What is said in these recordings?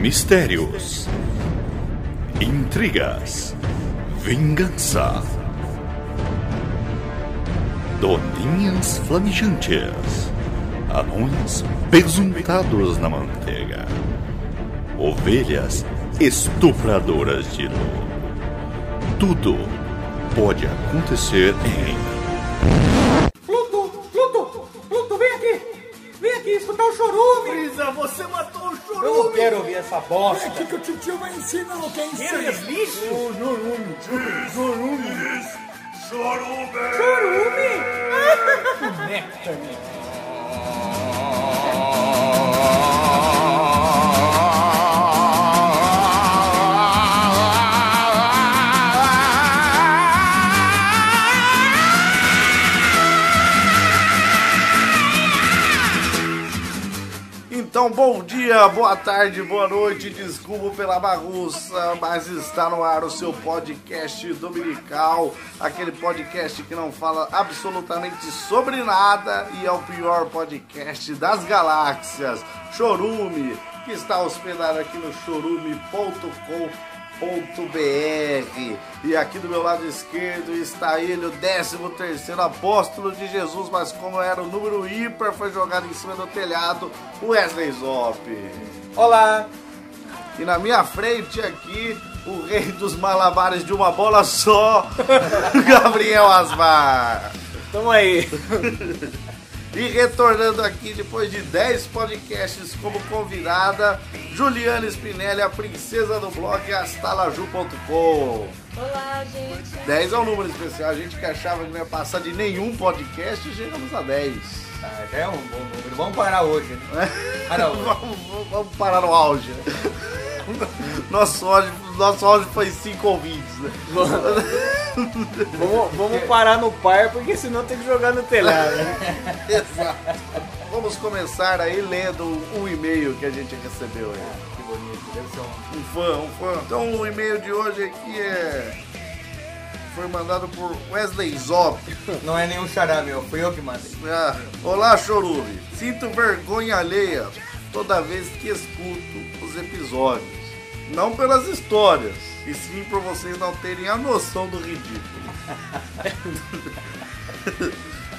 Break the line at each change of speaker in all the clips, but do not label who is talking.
Mistérios, intrigas, vingança, doninhas flamejantes, anões pesuntados na manteiga, ovelhas estupradoras de luz. Tudo pode acontecer em
Pluto, Pluto, Pluto, vem aqui! Vem aqui escutar o chorume!
Isa, você matou o chorume!
Eu não quero ouvir essa bosta.
que o tio vai ensinar não
é
quer
é
Eles lixo!
Chorume!
Chorume!
Então, bom dia, boa tarde, boa noite, desculpa pela bagunça, mas está no ar o seu podcast dominical, aquele podcast que não fala absolutamente sobre nada e é o pior podcast das galáxias, Chorume, que está hospedado aqui no chorume.com.br. E aqui do meu lado esquerdo está ele, o 13 terceiro apóstolo de Jesus, mas como era o número ímpar, foi jogado em cima do telhado, Wesley Zop.
Olá.
E na minha frente aqui, o rei dos malabares de uma bola só, Gabriel Asmar.
Tamo aí.
E retornando aqui depois de 10 podcasts como convidada, Juliana Spinelli, a princesa do blog astalaju.com.
Olá, gente.
10 é um número especial, a gente que achava que não ia passar de nenhum podcast, chegamos a 10.
Ah, já é um bom número. Vamos parar hoje, né? Parar hoje.
Vamos, vamos- vamos parar no auge. né? Nosso auge, nosso auge foi 5 ouvintes, né?
Vamos, vamos parar no par, porque senão tem que jogar no telhado.
Exato. Vamos começar aí lendo um e-mail que a gente recebeu aí.
Que bonito. Deve ser um...
Um fã, um fã. Então o e-mail de hoje aqui é. Foi mandado por Wesley Zop.
Não é nenhum xará meu, fui eu que mandei.
Ah, Olá, Chorume. Sinto vergonha alheia toda vez que escuto os episódios. Não pelas histórias, e sim por vocês não terem a noção do ridículo.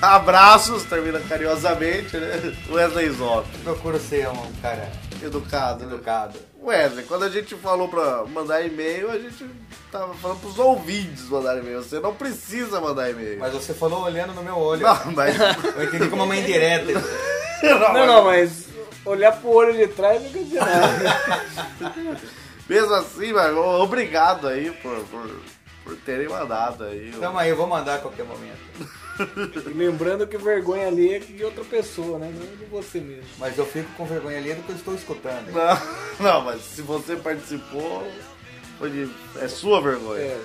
Abraços, termina carinhosamente, né? Wesley Zop.
Procuro ser um cara
Educado, né?
educado.
Wesley, quando a gente falou pra mandar e-mail, a gente tava falando pros ouvintes mandar e-mail. Você não precisa mandar e-mail.
Mas você falou olhando no meu olho.
Não, mas.
Eu entendi como uma indireta.
Não, não, mas olhar pro olho de trás não quer dizer nada.
Mesmo assim, mano, obrigado aí por, por, por terem mandado aí.
Tamo aí, eu vou mandar a qualquer momento.
E lembrando que vergonha ali é de outra pessoa, né? Não de você mesmo.
Mas eu fico com vergonha ali do que eu estou escutando. hein?
Não, não, mas se você participou, foi de- é sua vergonha.
É.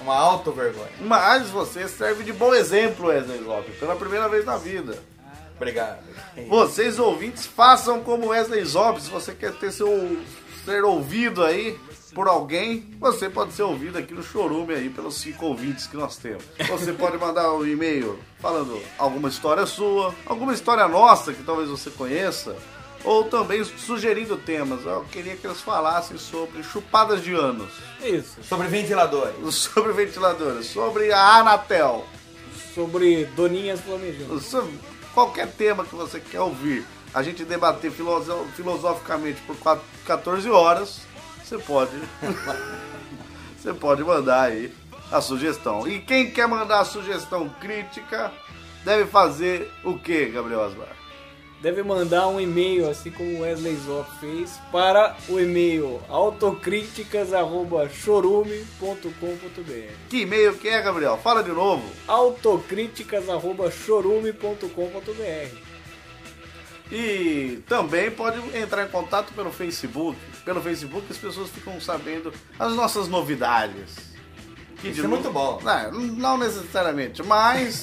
Uma auto-vergonha.
Mas você serve de bom exemplo, Wesley Zop, pela primeira vez na vida.
Obrigado.
Vocês ouvintes, façam como Wesley Zop. Se você quer ter seu ser ouvido aí por alguém, você pode ser ouvido aqui no Chorume aí pelos cinco ouvintes que nós temos. Você pode mandar um e-mail falando alguma história sua, alguma história nossa que talvez você conheça, ou também sugerindo temas. Eu queria que eles falassem sobre chupadas de anos,
É Isso.
Sobre ventiladores.
sobre ventiladores, sobre a Anatel,
Sobre doninhas flamejantes.
sobre qualquer tema que você quer ouvir, a gente debater filoso- filosoficamente por quat- 14 horas, você pode. você pode mandar aí a sugestão. E quem quer mandar a sugestão crítica, deve fazer o que, Gabriel Asmar?
Deve mandar um e-mail, assim como o Wesley Zop fez, para o e-mail autocríticas.chorume.com.br
Que e-mail que é, Gabriel? Fala de novo.
autocríticas.chorume.com.br
E também pode entrar em contato pelo Facebook. Pelo Facebook as pessoas ficam sabendo as nossas novidades. Que
Isso
de
é muito bom.
Não, não necessariamente, mas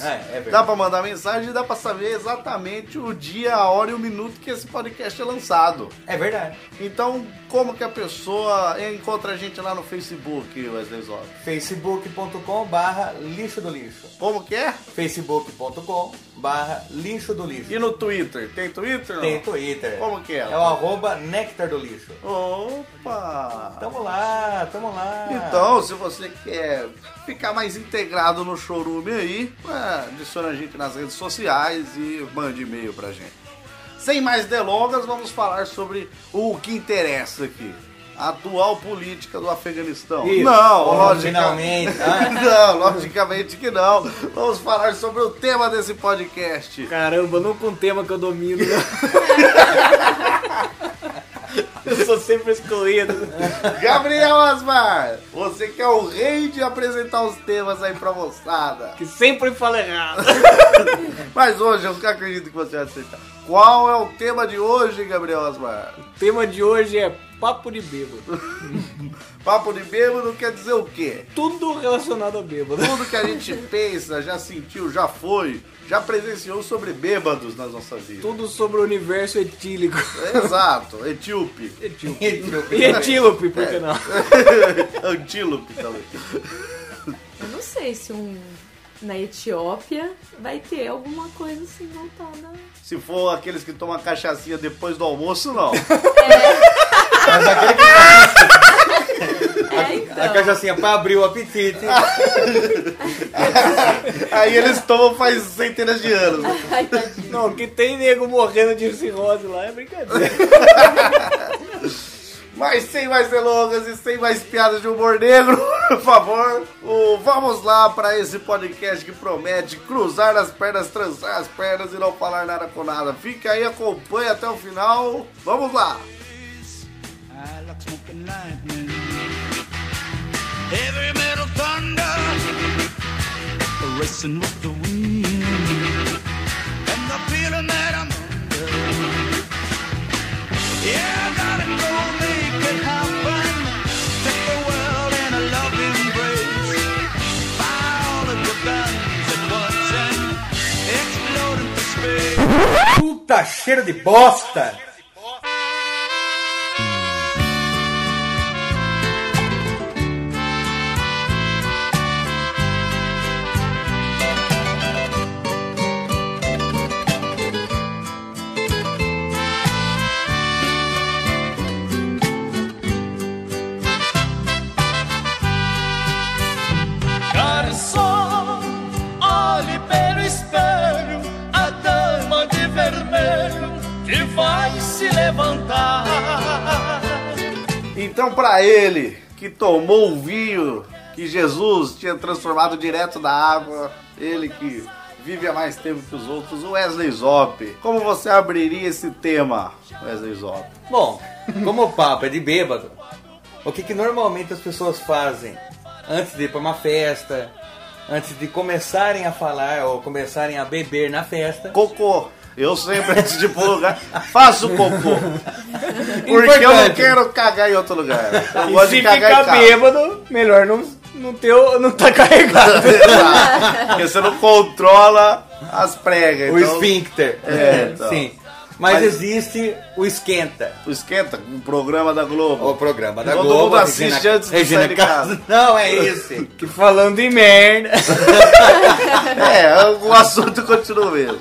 É, é verdade.
dá pra mandar mensagem e dá pra saber exatamente o dia, a hora e o minuto que esse podcast é lançado.
É verdade.
Então, como que a pessoa encontra a gente lá no Facebook, Wesley Zop?
facebook.com barra lixo do lixo.
Como que é?
facebook.com barra lixo do lixo.
E no Twitter? Tem Twitter? não?
Tem Twitter.
Como que é?
É o arroba Nectar do Lixo.
Opa!
Tamo lá, tamo lá.
Então, se você quer ficar mais integrado no chorume aí, é, adiciona a gente nas redes sociais e mande e-mail pra gente. Sem mais delongas, vamos falar sobre o que interessa aqui. A atual política do Afeganistão.
Isso.
Não,
Porra,
logicamente.
finalmente, né?
não, logicamente que não. Vamos falar sobre o tema desse podcast.
Caramba, não com um tema que eu domino. né? eu sou sempre excluído.
Gabriel Asmar, você que é o rei de apresentar os temas aí pra moçada.
Que sempre fala errado.
Mas hoje eu acredito que você vai aceitar. Qual é o tema de hoje, Gabriel Osmar?
O tema de hoje é papo de bêbado.
Papo de bêbado quer dizer o quê?
Tudo relacionado a bêbado.
Tudo que a gente pensa, já sentiu, já foi, já presenciou sobre bêbados nas nossas vidas.
Tudo sobre o universo etílico.
Exato, etíope,
Etíope. E etílope, por que não?
antílope também.
Eu não sei se um na Etiópia vai ter alguma coisa assim voltada.
Se for aqueles que tomam cachaçinha depois do almoço, não.
Mas aquele que
É,
a
então.
cachaçinha pra abrir o apetite.
Ah,
Aí eles tomam faz centenas de anos.
Ai, tadinho.
Não, que tem nego morrendo de cirrose lá é brincadeira.
Mas sem mais delongas e sem mais piadas de humor negro, por favor, o- vamos lá para esse podcast que promete cruzar as pernas, trançar as pernas e não falar nada com nada. Fica aí, acompanha até o final. Vamos lá!
I like smoking lightning. Heavy metal thunder, racing with the wind. And the feeling that I'm under. Yeah, I gotta go make it happen. Take the world in a loving embrace. Buy all of the guns at once and explode into space.
Puta cheiro de bosta.
Garçom, olhe pelo espelho, a dama de vermelho que vai se levantar.
Então, para ele que tomou o vinho que Jesus tinha transformado direto da água, ele que vive há mais tempo que os outros, o Wesley Zop. Como você abriria esse tema, Wesley Zop?
Bom, como o papo é de bêbado, o que, que normalmente as pessoas fazem antes de ir para uma festa, antes de começarem a falar ou começarem a beber na festa?
Cocô. Eu sempre, antes de ir pro lugar, faço cocô. Porque eu não
Importante.
quero cagar em outro lugar. Eu
E
gosto
se
de cagar
ficar
em casa.
bêbado, melhor não, não ter o- não tá carregado.
Exato. Porque você não controla as pregas.
o
então,
esfíncter.
É, então.
Sim. Mas,
Mas-
existe o esquenta.
o esquenta, o programa da Globo.
O programa da
Todo
Globo.
mundo assiste
Regina-
antes de
Regina
sair de casa.
Não, é esse.
Que falando em merda.
É, o assunto continua o mesmo.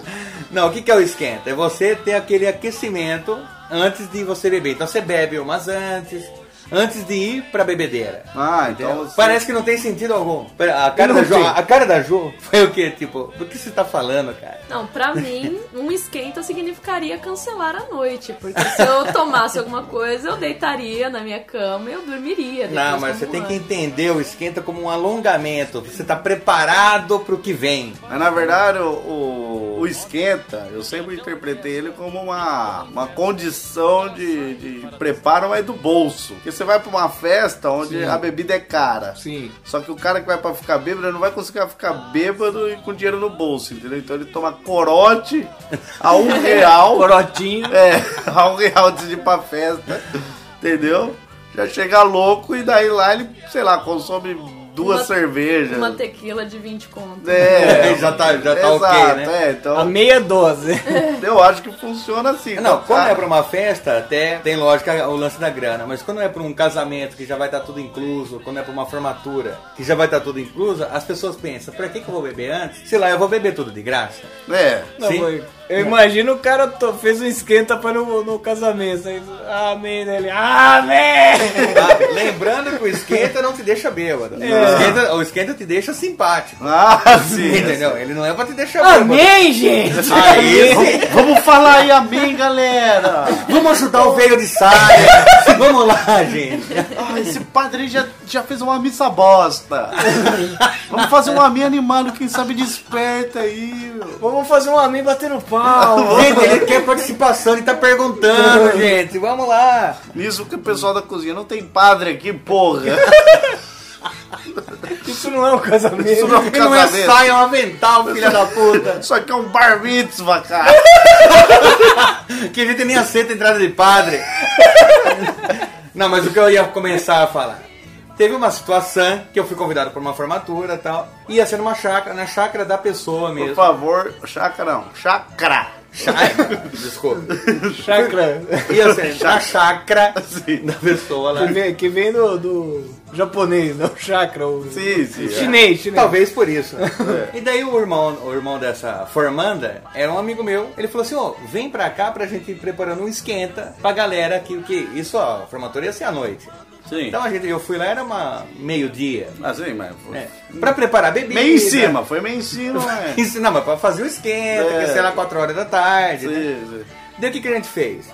Não, o que, que é o esquenta? É você ter aquele aquecimento antes de você beber. Então você bebe umas antes, antes de ir pra bebedeira.
Ah, então. você-
Parece que não tem sentido algum. Pera, A cara,
Não
da Ju,
tem.
a cara da Ju foi o quê? Tipo, do que você tá falando, cara?
Não, pra mim, um esquenta significaria cancelar a noite. Porque se eu tomasse alguma coisa, eu deitaria na minha cama e eu dormiria. depois
Não, mas
do
você tem que
almoço.
entender o esquenta como um alongamento. Você tá preparado pro que vem.
Mas na verdade, o, o- o esquenta, eu sempre interpretei ele como uma, uma condição de, de preparo, mas do bolso. Porque você vai pra uma festa onde a bebida é cara.
Sim.
Só que o cara que vai pra ficar bêbado, ele não vai conseguir ficar bêbado e com dinheiro no bolso, entendeu? Então ele toma corote a um real.
Corotinho.
É, a um real antes de ir pra festa, entendeu? Já chega louco e daí lá ele, sei lá, consome duas
Uma-
cervejas.
Uma tequila de 20 conto.
É,
Já tá- já tá
exato,
ok, né?
É,
A
então
meia dose.
eu acho que funciona assim.
Não,
Então,
quando
cara,
é pra uma festa, até tem lógica o lance da grana, mas quando é pra um casamento que já vai estar tudo incluso, quando é pra uma formatura que já vai estar tudo incluso, as pessoas pensam, pra que, que eu vou beber antes? Sei lá, eu vou beber tudo de graça.
É,
Não,
Sim.
mãe, eu imagino o cara to- fez um esquenta pra no, no casamento. Aí, amém dele. Amém!
Sabe? Lembrando que o esquenta não te deixa bêbado. O, esquenta, o esquenta te deixa simpático.
ah, sim.
entendeu? Ele não é pra te deixar bêbado.
Amém, gente!
Aí, sim.
Vamos- Vamos falar aí, amém, galera.
vamos ajudar o veio de saia. vamos lá, gente.
Ah, esse padre aí já, já fez uma missa bosta. Vamos fazer um amém animado, quem sabe desperta aí. meu.
Vamos fazer um amém batendo pau.
Gente, ele quer participação, ele tá perguntando, gente. Vamos lá.
Nisso que o pessoal da cozinha não tem padre aqui, porra.
Isso não é um casamento.
Isso não é um
Ele não é
casamento.
saia, é um avental, filha da puta.
Isso aqui é um bar mitzvah, cara.
É Que a gente nem aceita a entrada de padre. Não, mas o que eu ia começar a falar. Teve uma situação que eu fui convidado para uma formatura e tal. Ia ser numa chácara, na chácara da pessoa
Por
mesmo.
favor, chácara não, chácara.
Chácara. Desculpa.
Chakra.
Ia ser na assim, chácara
Sim.
da pessoa lá.
Que vem, que vem do, do japonês, não? Chakra. O...
Sim, sim. é.
Chinês, chinês.
Talvez por isso. E daí o irmão, o irmão dessa formanda era um amigo meu. Ele falou assim: ó, vem pra cá pra gente ir preparando um esquenta pra galera aqui. Porque isso, ó, a formatura ia ser à noite.
Sim.
Então a gente, eu fui lá, era uma meio-dia.
Ah, sim, mas...
É, pra preparar bebida.
Meio em cima, foi meio em cima,
Em
né?
cima, Não, mas pra fazer o esquenta,
É.
que sei lá, 4 horas da tarde. né?
Sim, sim.
Daí o que, que a gente fez?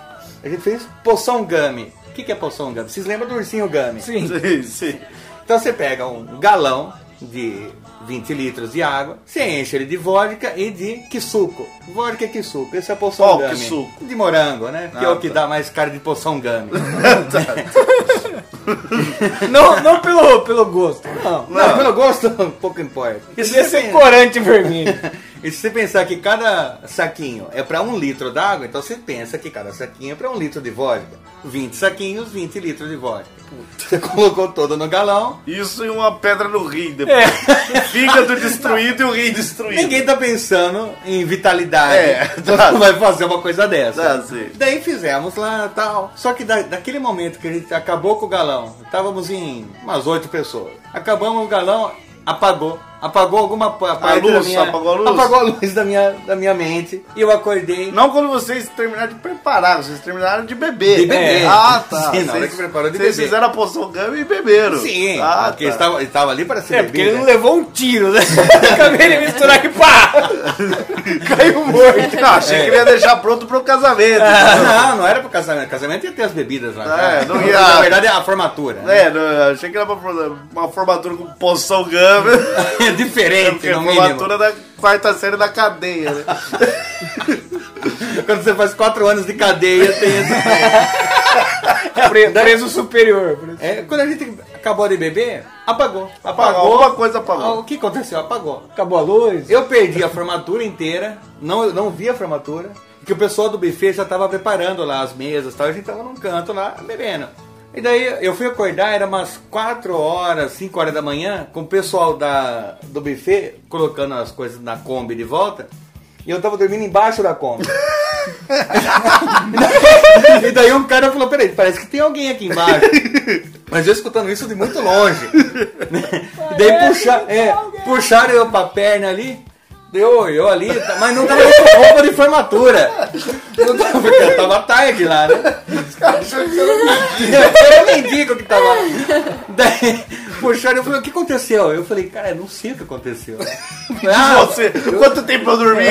A gente fez poção gummy. O que, que é poção gummy? Vocês lembram do ursinho gummy?
Sim.
Sim, sim.
Então você pega um galão de 20 litros de água, você enche ele de vodka e de kisuko. Vodka e kisuko, esse é a poção
Qual
gummy.
kisuko?
De morango, né? que é
Ah,
o que
tá.
dá mais cara de poção gummy.
Não, não pelo, pelo gosto, não.
Não, pelo gosto, um pouco importa. Isso
Devia ser corante vermelho.
E se você pensar que cada saquinho é para um litro d'água, então você pensa que cada saquinho é para um litro de vodka. 20 saquinhos, 20 litros de vodka. Você colocou todo no galão.
Isso e uma pedra no rim depois. Fígado destruído e o rim destruído.
É. Ninguém tá pensando em vitalidade.
É,
Então
tá.
não vai fazer uma coisa dessa.
Tá, sim.
Daí fizemos lá tal. Só que da, daquele momento que a gente acabou com o galão, estávamos em umas oito pessoas. Acabamos o galão, apagou. Apagou alguma pa- parte da
luz,
minha...
apagou a luz?
Apagou a luz da minha, da minha mente. E eu acordei.
Não quando vocês terminaram de preparar, vocês terminaram de beber.
De beber.
Ah, tá.
Sim, na hora
Vocês-
que preparou de
Vocês
beber.
fizeram a poção gama e beberam.
Sim,
ah,
porque
tá.
ele estava, ele estava ali para ser
É, porque
bebida.
ele não levou um tiro, né? Acabei de misturar que pá! Caiu morto.
Não, achei que ele ia deixar pronto pro casamento.
É. Ah, Não, não era pro casamento. Casamento ia ter as bebidas lá.
É,
cara.
não ia-
Na verdade é a formatura. né?
É, não, achei que era uma, uma formatura com poção gama.
É
Porque
diferente,
é
no mínimo.
formatura da quarta série da cadeia, né?
Quando você faz quatro anos de cadeia, tem essa.
Pre- Preso superior. preso-
É, quando a gente acabou de beber, apagou.
Apagou,
Apagou.
alguma coisa apagou.
Ah, O que aconteceu? Apagou.
Acabou a luz.
Eu perdi a formatura inteira, não, não vi a formatura, porque o pessoal do buffet já tava preparando lá as mesas e tal, e a gente tava num canto lá bebendo. E daí eu fui acordar, era umas 4 horas, 5 horas da manhã, com o pessoal da, do buffet colocando as coisas na Kombi de volta, e eu tava dormindo embaixo da Kombi. e daí um cara falou, peraí, parece que tem alguém aqui embaixo. Mas eu escutando isso de muito longe. E daí puxa, é, puxaram eu pra perna ali, deu eu ali, tá- mas não tava nem com roupa de formatura. Não tava, porque eu tava tarde lá, né? Eu nem digo que tava. Daí puxaram eu falei, o que aconteceu? Eu falei, cara, eu não sei o que aconteceu. Ah,
Você, quanto tempo eu dormi?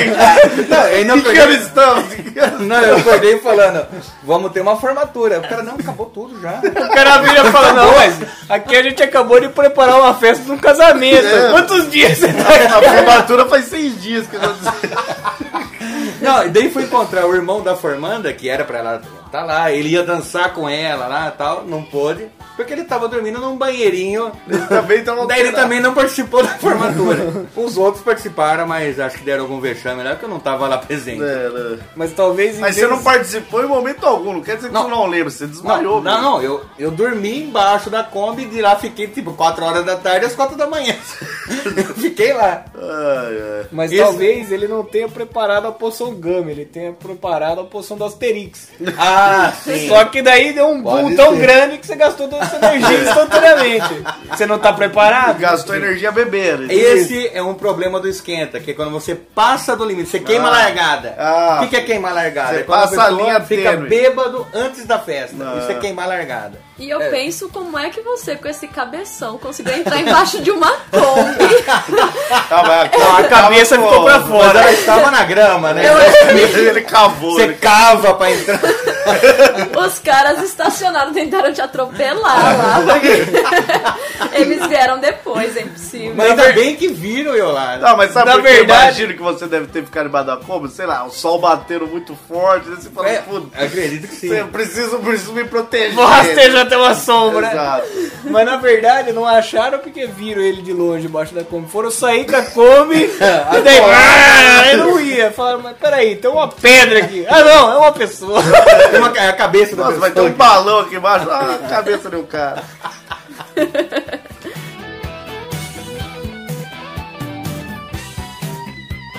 não, eu ainda
Que hora
acordei-
estamos? Que hora-
não, eu acordei falando, vamos ter uma formatura. O cara, não, acabou tudo já.
O cara vira e fala, não, mas aqui a gente acabou de preparar uma festa de um casamento.
É.
Quantos dias você tá
A formatura faz seis dias que eu não
Não, e daí fui encontrar o irmão da formanda, que era pra ela Tá lá, ele ia dançar com ela lá tal, não pôde, porque ele tava dormindo num banheirinho.
Ele também tava então
Daí ele também não participou da formatura. Os outros participaram, mas acho que deram algum vexame lá, que eu não tava lá presente.
É, né?
Mas talvez. em
Mas você
vez-
não participou em momento algum, não quer dizer que
Não.
você não lembra, você desmaiou. né?
Não, não, não, eu, eu dormi embaixo da Kombi e de lá fiquei tipo 4 horas da tarde às 4 da manhã. fiquei lá.
Ai, ai.
Mas
Esse-
talvez ele não tenha preparado a poção Gama, ele tenha preparado a poção do Asterix.
Ah, sim.
Só que daí deu um
Pode
boom tão
ser.
grande que você gastou toda essa energia instantaneamente. Você não tá preparado?
Gastou energia bebendo.
Esse é um problema do esquenta, que é quando você passa do limite, você queima a largada.
Ah.
o que que é queimar a largada?
Você
é quando
passa
a
a
pessoa
linha
fica
tênue. Ah.
bêbado antes da festa.
Não.
Isso é queimar a largada.
E eu penso como é que você, com esse cabeção, conseguiu entrar embaixo de uma Kombi.
Tá, mas
A cabeça ficou pra
Mas
fora.
ela estava na grama, né?
Ele cavou.
Você
né? Ele...
cava pra entrar.
Os caras estacionaram, tentaram te atropelar lá. porque Eles vieram depois, é impossível.
Mas ainda bem que viram eu lá. né?
Não, mas sabe
Na
por que
verdade-
eu imagino que você deve ter ficado embaixo da coma? Sei lá, o sol batendo muito forte, daí você fala,
É,
puta,
acredito que sim.
eu preciso, preciso me proteger.
Vou rastejar até uma sombra.
Exato.
Mas na verdade não acharam É, porque viram ele de longe embaixo da Kombi. Foram sair com a Kombi e daí ah, ele não ia. Falaram, mas peraí, tem uma pedra aqui. Ah não, é uma pessoa.
Tem uma ca- é a cabeça da
Nossa, vai ter
pessoa.
um balão aqui embaixo. Ah, a cabeça do cara.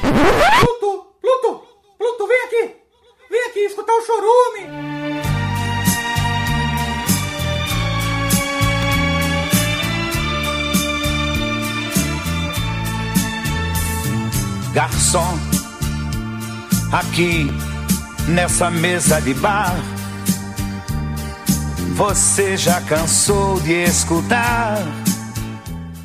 Pluto, Pluto, Pluto, vem aqui! Vem aqui escutar o chorume!
garçom, aqui nessa mesa de bar. Você já cansou de escutar?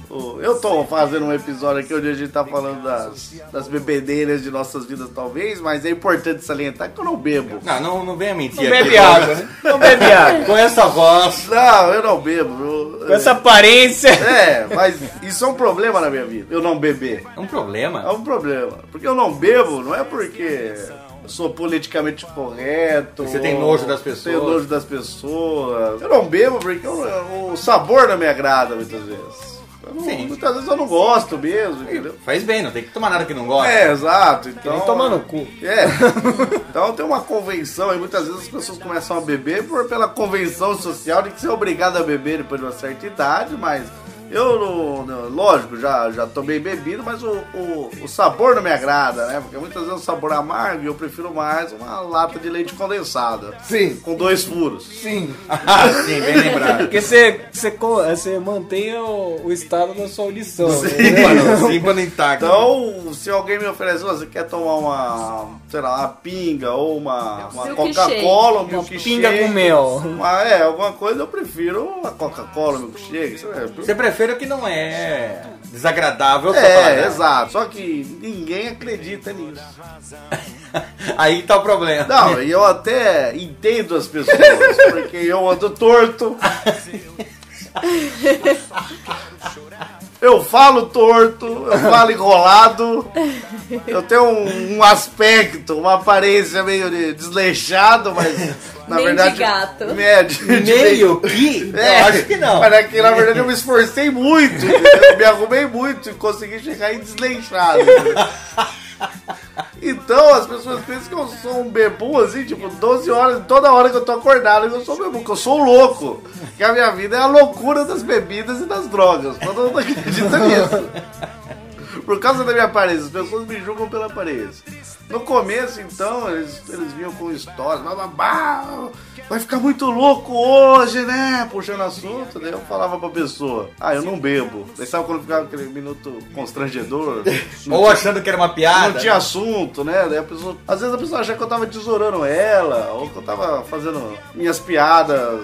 Ô, Eu tô fazendo um episódio aqui onde a gente tá falando das, das bebedeiras de nossas vidas, talvez, mas é importante salientar que eu não bebo.
Não, não, não venha mentir. é
Não
aqui.
bebe água, né?
Não bebe água.
Com essa voz.
Não, eu não bebo. eu-
Com essa aparência.
É, mas isso é um problema na minha vida, eu não beber.
É um
É
problema.
um problema. Porque eu não bebo, não é porque eu sou politicamente correto.
Você tem nojo das pessoas.
Tenho nojo das pessoas. Eu não bebo porque eu- o sabor não me agrada muitas vezes. Eu não-
Sim.
Muitas vezes eu não gosto mesmo,
um
entendeu?
Faz bem, não tem que tomar nada que não gosta.
É, exato. Então,
Nem tomar no cu.
É. Então tem uma convenção e muitas vezes as pessoas começam a beber por, pela convenção social de que você é obrigado a beber depois de uma certa idade, mas eu não. não- lógico, já, já tomei bebida, mas o, o, o sabor não me agrada, né? Porque muitas vezes o sabor amargo eu prefiro mais uma lata de leite condensada.
Sim.
Com dois furos.
Sim.
Ah, sim, bem lembrado.
Porque você, você, co- você mantém o, o estado da sua audição. né?
Ímpano, ímpano intacto.
Então, se alguém me oferecer, "Ô, você quer tomar uma, sei lá, uma pinga ou uma, uma
Silk
Coca-Cola, um
Uma
milkshake,
pinga com mel.
Ah, é, alguma coisa eu prefiro a Coca-Cola, milkshake, isso é.
Você prefere o que não é desagradável. só falar,
É,
né?
exato. Só que ninguém acredita nisso.
Aí tá o problema.
Não, e eu até entendo as pessoas, porque eu ando torto. Eu falo torto, eu falo enrolado, eu tenho um, um aspecto, uma aparência meio de- desleixado, mas na
Nem de
verdade.
gato.
É, de- de-
Meio que?
É,
Eu Então, acho que não.
Mas é que, na verdade eu me esforcei muito, entendeu? me arrumei muito e consegui chegar aí desleixado. entendeu? Então as pessoas pensam que eu sou um bebum assim, tipo, 12 horas, toda hora que eu tô acordado, eu sou bebum, que eu sou um louco. Que a minha vida é a loucura das bebidas e das drogas. Todo mundo acredita nisso. Por causa da minha aparência, as pessoas me julgam pela aparência. No começo, então, eles, eles vinham com histórias, blá, blá, blá, vai ficar muito louco hoje, né? Puxando assunto, daí eu falava pra pessoa, ah, eu não bebo. Daí sabe quando ficava aquele minuto constrangedor? Não
Ou
tinha-
achando que era uma piada.
não tinha assunto, né? Daí a pessoa, às vezes a pessoa achava que eu tava tesourando ela, ou que eu tava fazendo minhas piadas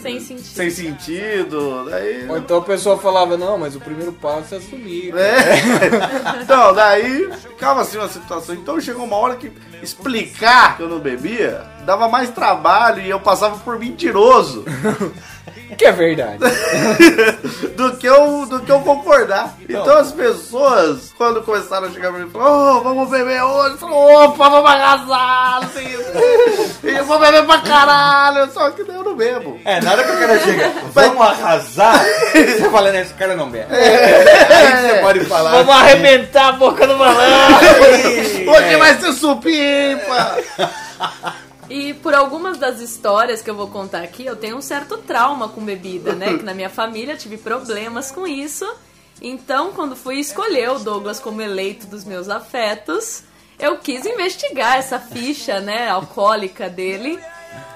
Sem sentido.
sem sentido. Daí.
Ou então a pessoa falava, não, mas o primeiro passo é assumir.
É. Então, daí ficava assim uma situação. Então chegou uma hora que explicar que eu não bebia dava mais trabalho e eu passava por mentiroso
Que é verdade.
do que eu, do que eu concordar. Então as pessoas, quando começaram a chegar pra mim, falaram, oh, vamos beber hoje. Eu falei, opa, vamos arrasar, não sei isso. E eu vou beber pra caralho, só que daí eu não bebo.
É, na hora que o cara chega, vamos arrasar, você fala, né, esse cara não bebe.
É.
Aí É,
É.
você pode falar.
Vamos arrebentar a boca do balão.
é.
Hoje vai ser supimpa!
E por algumas das histórias que eu vou contar aqui, eu tenho um certo trauma com bebida, né? Que na minha família eu tive problemas com isso. Então, quando fui escolher o Douglas como eleito dos meus afetos, eu quis investigar essa ficha, né, alcoólica dele.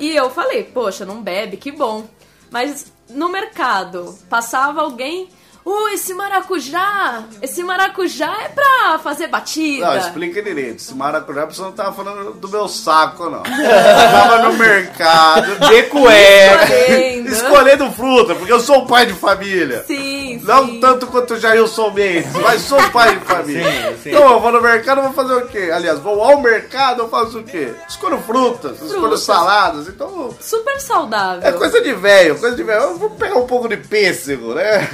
E eu falei, poxa, não bebe, que bom. Mas no mercado, passava alguém. Uh, esse maracujá! Esse maracujá é pra fazer batida.
Não, explica direito. Esse maracujá, você não tava falando do meu saco, não. Eu tava no mercado, de cueca,
Escolhendo.
escolhendo fruta, porque eu sou um pai de família.
Sim,
Não
sim.
tanto quanto o Jailson Mendes, mas sou pai de família.
Sim, sim.
Então eu vou no mercado, eu vou fazer o quê? Aliás, vou ao mercado, eu faço o quê? Escolho frutas, escolho
Frutas.
saladas, então...
Super saudável.
É coisa de velho, coisa de velho. Eu vou pegar um pouco de pêssego, né?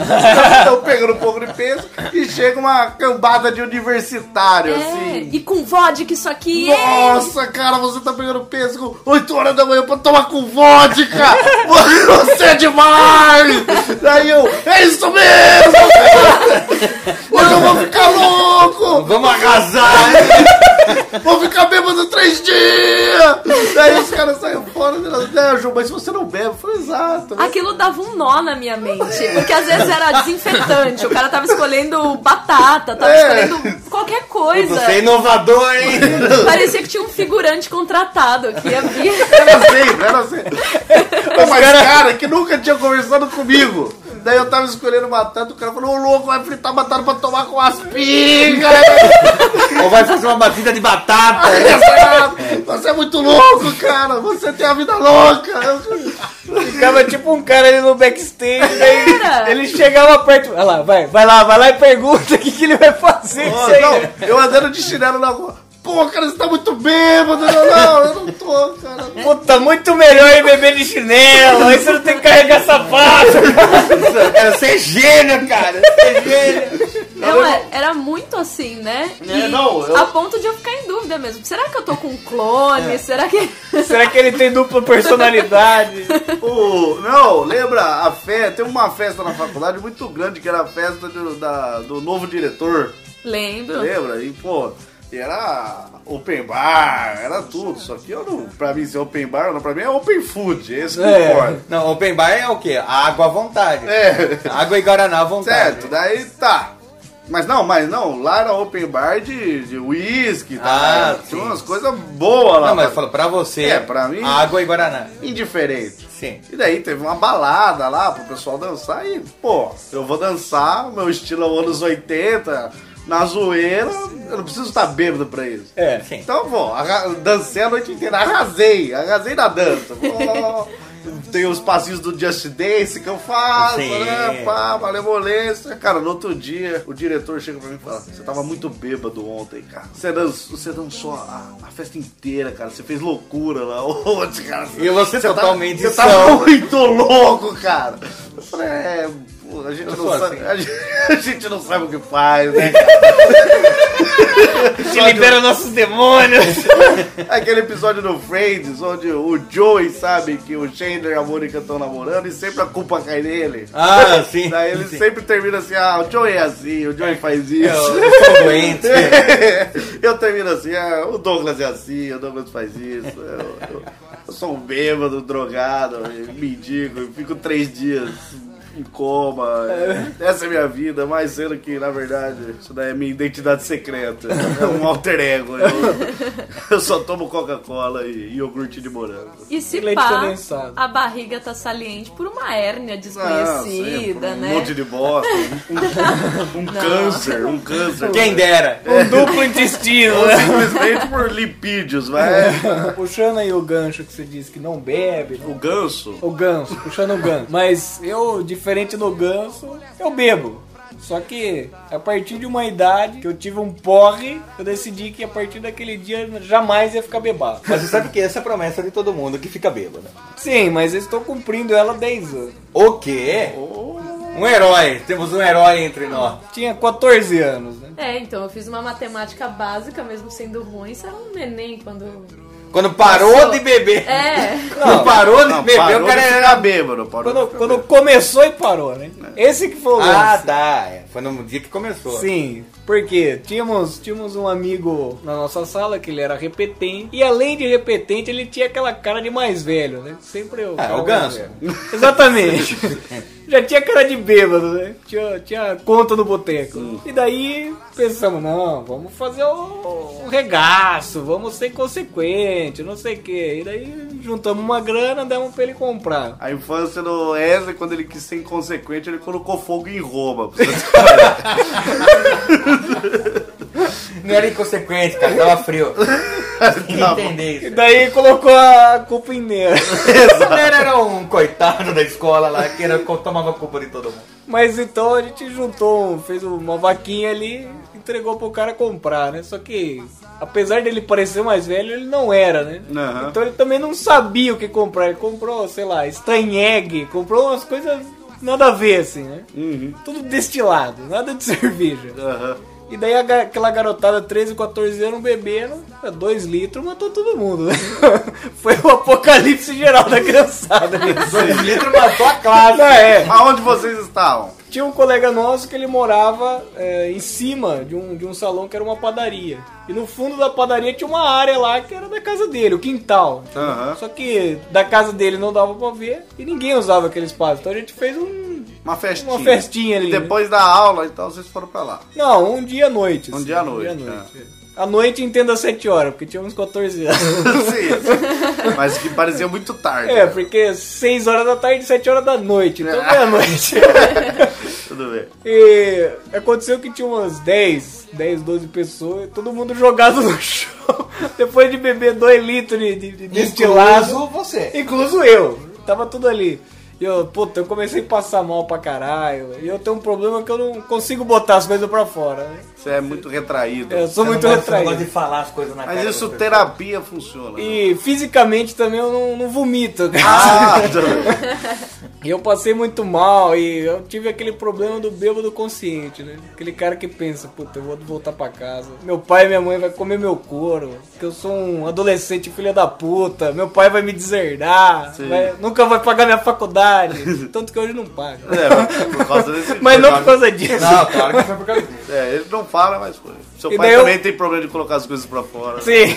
Então eu pegando um pouco de pêssego e chega uma cambada de universitário,
É,
assim.
e com vodka isso aqui. é.
Nossa, cara, você tá pegando pêssego 8 horas da manhã pra tomar com vodka! Você é demais! Daí eu, é isso mesmo! Hoje eu vou ficar louco!
Vamos arrasar!
Vou ficar bêbado três dias! Daí os caras saem fora e falam, né, Ju, mas você não bebe? Eu falei, exato. né?
Aquilo dava um nó na minha mente. Porque às vezes era desinfetante. O cara tava escolhendo batata, tava
É.
escolhendo
Você
qualquer
é
coisa.
inovador, hein?
Parecia que tinha um figurante contratado aqui.
Era assim, era assim. Mas, cara... que nunca tinha conversado comigo. Daí eu tava escolhendo batata, o cara falou, ô louco, vai fritar batata pra tomar com as pingas.
Ou vai fazer uma batida de batata?
Você é muito louco, cara. Você tem a vida louca.
Ficava tipo um cara ali no backstage, daí
Era.
ele chegava perto. Vai lá, vai, vai lá, vai lá e pergunta o que, que ele vai fazer com
Ô,
isso aí. né?
não, eu andando de chinelo na rua. Pô, cara, você tá muito bêbado. Não, não, eu não tô, cara.
Puta, Tá muito melhor ele beber de chinelo, aí você não tem que carregar sapato.
Cara, você é gênio, cara! Você é gênio!
Não, é- era muito assim, né?
É,
E
não, eu-
A ponto de eu ficar em dúvida mesmo. Será que eu tô com um
É.
clone? Será que.
Será É que ele tem dupla personalidade?
O- não, lembra a fé? Tem uma festa na faculdade muito grande que era a festa do, da- do novo diretor.
Lembro.
Lembra? E, pô, era open bar, era tudo. Só que eu não, pra mim, se é open bar, não, pra mim é open food. Esse que
É.
importa.
Não, open bar é o quê? Água à vontade.
É.
Água e Guaraná à vontade.
Certo, daí tá. Mas não, mas não, lá era open bar de, de whisky,
Ah,
tá? Tinha
sim.
umas coisas boas lá.
Não, mas eu
pra-
falo pra você.
É, pra mim-
Água e Guaraná.
Indiferente.
Sim.
E daí teve uma balada lá pro pessoal dançar e, pô, eu vou dançar, meu estilo é o anos 80, na zoeira, eu não preciso estar bêbado pra isso.
É.
Sim.
Então, pô, arra- dancei a noite inteira, arrasei, arrasei na dança. Pô, Tem os passinhos do Just Dance que eu faço,
Sim.
né? Pá, malemolência. Cara, no outro dia, o diretor chega pra mim e fala: Você tava muito bêbado ontem, cara. Você dançou, você dançou a, a festa inteira, cara. Você fez loucura lá ontem, cara.
E você
tá-
totalmente
Você tava
são.
muito louco, cara. Eu falei: É, pô, a gente,
Eu
não
sou
sabe,
assim.
a, gente, a gente não sabe o que faz, né?
Te libera nossos demônios.
Aquele episódio do Friends, onde o Joey sabe que o Chandler e a Mônica estão namorando e sempre a culpa cai nele.
Ah, sim.
Daí ele
sim.
sempre termina assim, ah, o Joey é assim, o Joey faz
Eu,
isso.
eu sou doente.
Eu termino assim, ah, o Douglas é assim, o Douglas faz isso. Eu, eu- eu sou um bêbado, drogado, mendigo, eu fico três dias em coma. Essa é minha vida, mais sendo que, na verdade, isso daí é minha identidade secreta. É um alter ego. Eu, eu só tomo Coca-Cola e iogurte de morango.
E se
Leite
pá,
condensado.
a barriga tá saliente por uma hérnia
Ah, sei,
desconhecida,
um
né?
monte de bosta, um, um câncer, um câncer.
Quem dera.
Um duplo intestino.
Ou
né?
simplesmente por lipídios, mas
É. Puxando aí o gancho que você disse que não bebe.
o ganso
O ganso, puxando o ganso. Mas eu, diferente do ganso, eu bebo. Só que a partir de uma idade que eu tive um porre, eu decidi que a partir daquele dia jamais ia ficar bebado.
Mas você sabe que essa é a promessa de todo mundo que fica bêbado.
Sim, mas eu estou cumprindo ela há 10 anos.
O quê? Um herói. Temos um herói entre nós.
Tinha 14 anos, né?
É, então eu fiz uma matemática básica, mesmo sendo ruim, isso era um neném quando.
Quando parou
Passou.
de beber.
É,
Quando parou de
Não,
beber,
parou
o cara
de
era...
ficar bêbado. Parou
é um- Quando,
de ficar
quando começou e parou, né? Esse que foi o
Ah,
lance.
tá. é. Foi no dia que começou.
Sim, porque tínhamos, tínhamos um amigo na nossa sala que ele era repetente, e além de repetente, ele tinha aquela cara de mais velho, né? Sempre o.
Ah,
cara
o
mais
ganso.
velho. Exatamente. Já tinha cara de bêbado, né? Tinha, tinha conta no boteco. E daí pensamos, não, vamos fazer um, um regaço, vamos ser consequente, não sei o quê. E daí juntamos uma grana, demos pra ele comprar.
A infância do Wesley, quando ele quis ser inconsequente, ele colocou fogo em Roma.
Não era inconsequente, cara. Tava frio. Tem que entender
E
isso.
daí colocou a culpa em nele.
O cara era um coitado da escola lá que era, tomava culpa de todo mundo.
Mas então a gente juntou, um- fez uma vaquinha ali, entregou pro cara comprar, né? Só que, apesar dele parecer mais velho, ele não era, né?
Aham.
Então ele também não sabia o que comprar. Ele comprou, sei lá, Steinegg, comprou umas coisas nada a ver, assim, né? Tudo destilado, nada de cerveja. E daí a ga- aquela garotada 13, 14 anos bebendo, 2 litros, matou todo mundo, né? Foi o apocalipse geral da criançada.
Dois litros matou a classe.
Não, é.
Aonde vocês estavam?
Tinha um colega nosso que ele morava é, em cima de um, de um salão que era uma padaria. E no fundo da padaria tinha uma área lá que era da casa dele, o quintal.
Aham.
Só que da casa dele não dava pra ver e ninguém usava aquele espaço. Então a gente fez um.
Uma festinha.
Uma festinha ali, né?
E depois da aula, então vocês foram pra lá.
Não, um dia à noite.
Um
assim,
dia à noite,
À noite entenda 7 horas, porque tinha uns 14 anos.
Sim. Mas que parecia muito tarde. né?
É, porque 6 horas da tarde, 7 horas da noite. Então
É.
meia-noite.
Tudo bem.
E aconteceu que tinha umas 10, 10, 12 pessoas, todo mundo jogado no chão. Depois de beber 2 litros de, de, de destilado,
Incluso você.
incluso eu. Tava tudo ali. E eu, puta, eu comecei a passar mal pra caralho. E eu tenho um problema que eu não consigo botar as coisas pra fora. né?
Você é muito retraído.
Eu sou
Você não
muito
gosta- você não gosta
retraído.
de falar as coisas na
Mas
cara.
isso,
do outro.
terapia funciona. né?
E fisicamente também eu não, não vomito.
Ah, tudo bem.
E eu passei muito mal e eu tive aquele problema do bêbado consciente, né? Aquele cara que pensa, puta, eu vou voltar pra casa. Meu pai e minha mãe vai comer meu couro, que eu sou um adolescente filha da puta. Meu pai vai me deserdar,
Sim.
vai- nunca vai pagar minha faculdade. Tanto que hoje não paga.
É, por causa desse
Mas não por
por causa...
causa disso.
Não, claro que foi por causa disso.
É, ele não fala, mas foi. Seu
E
pai
daí eu-
também tem problema de colocar as coisas pra fora.
Sim.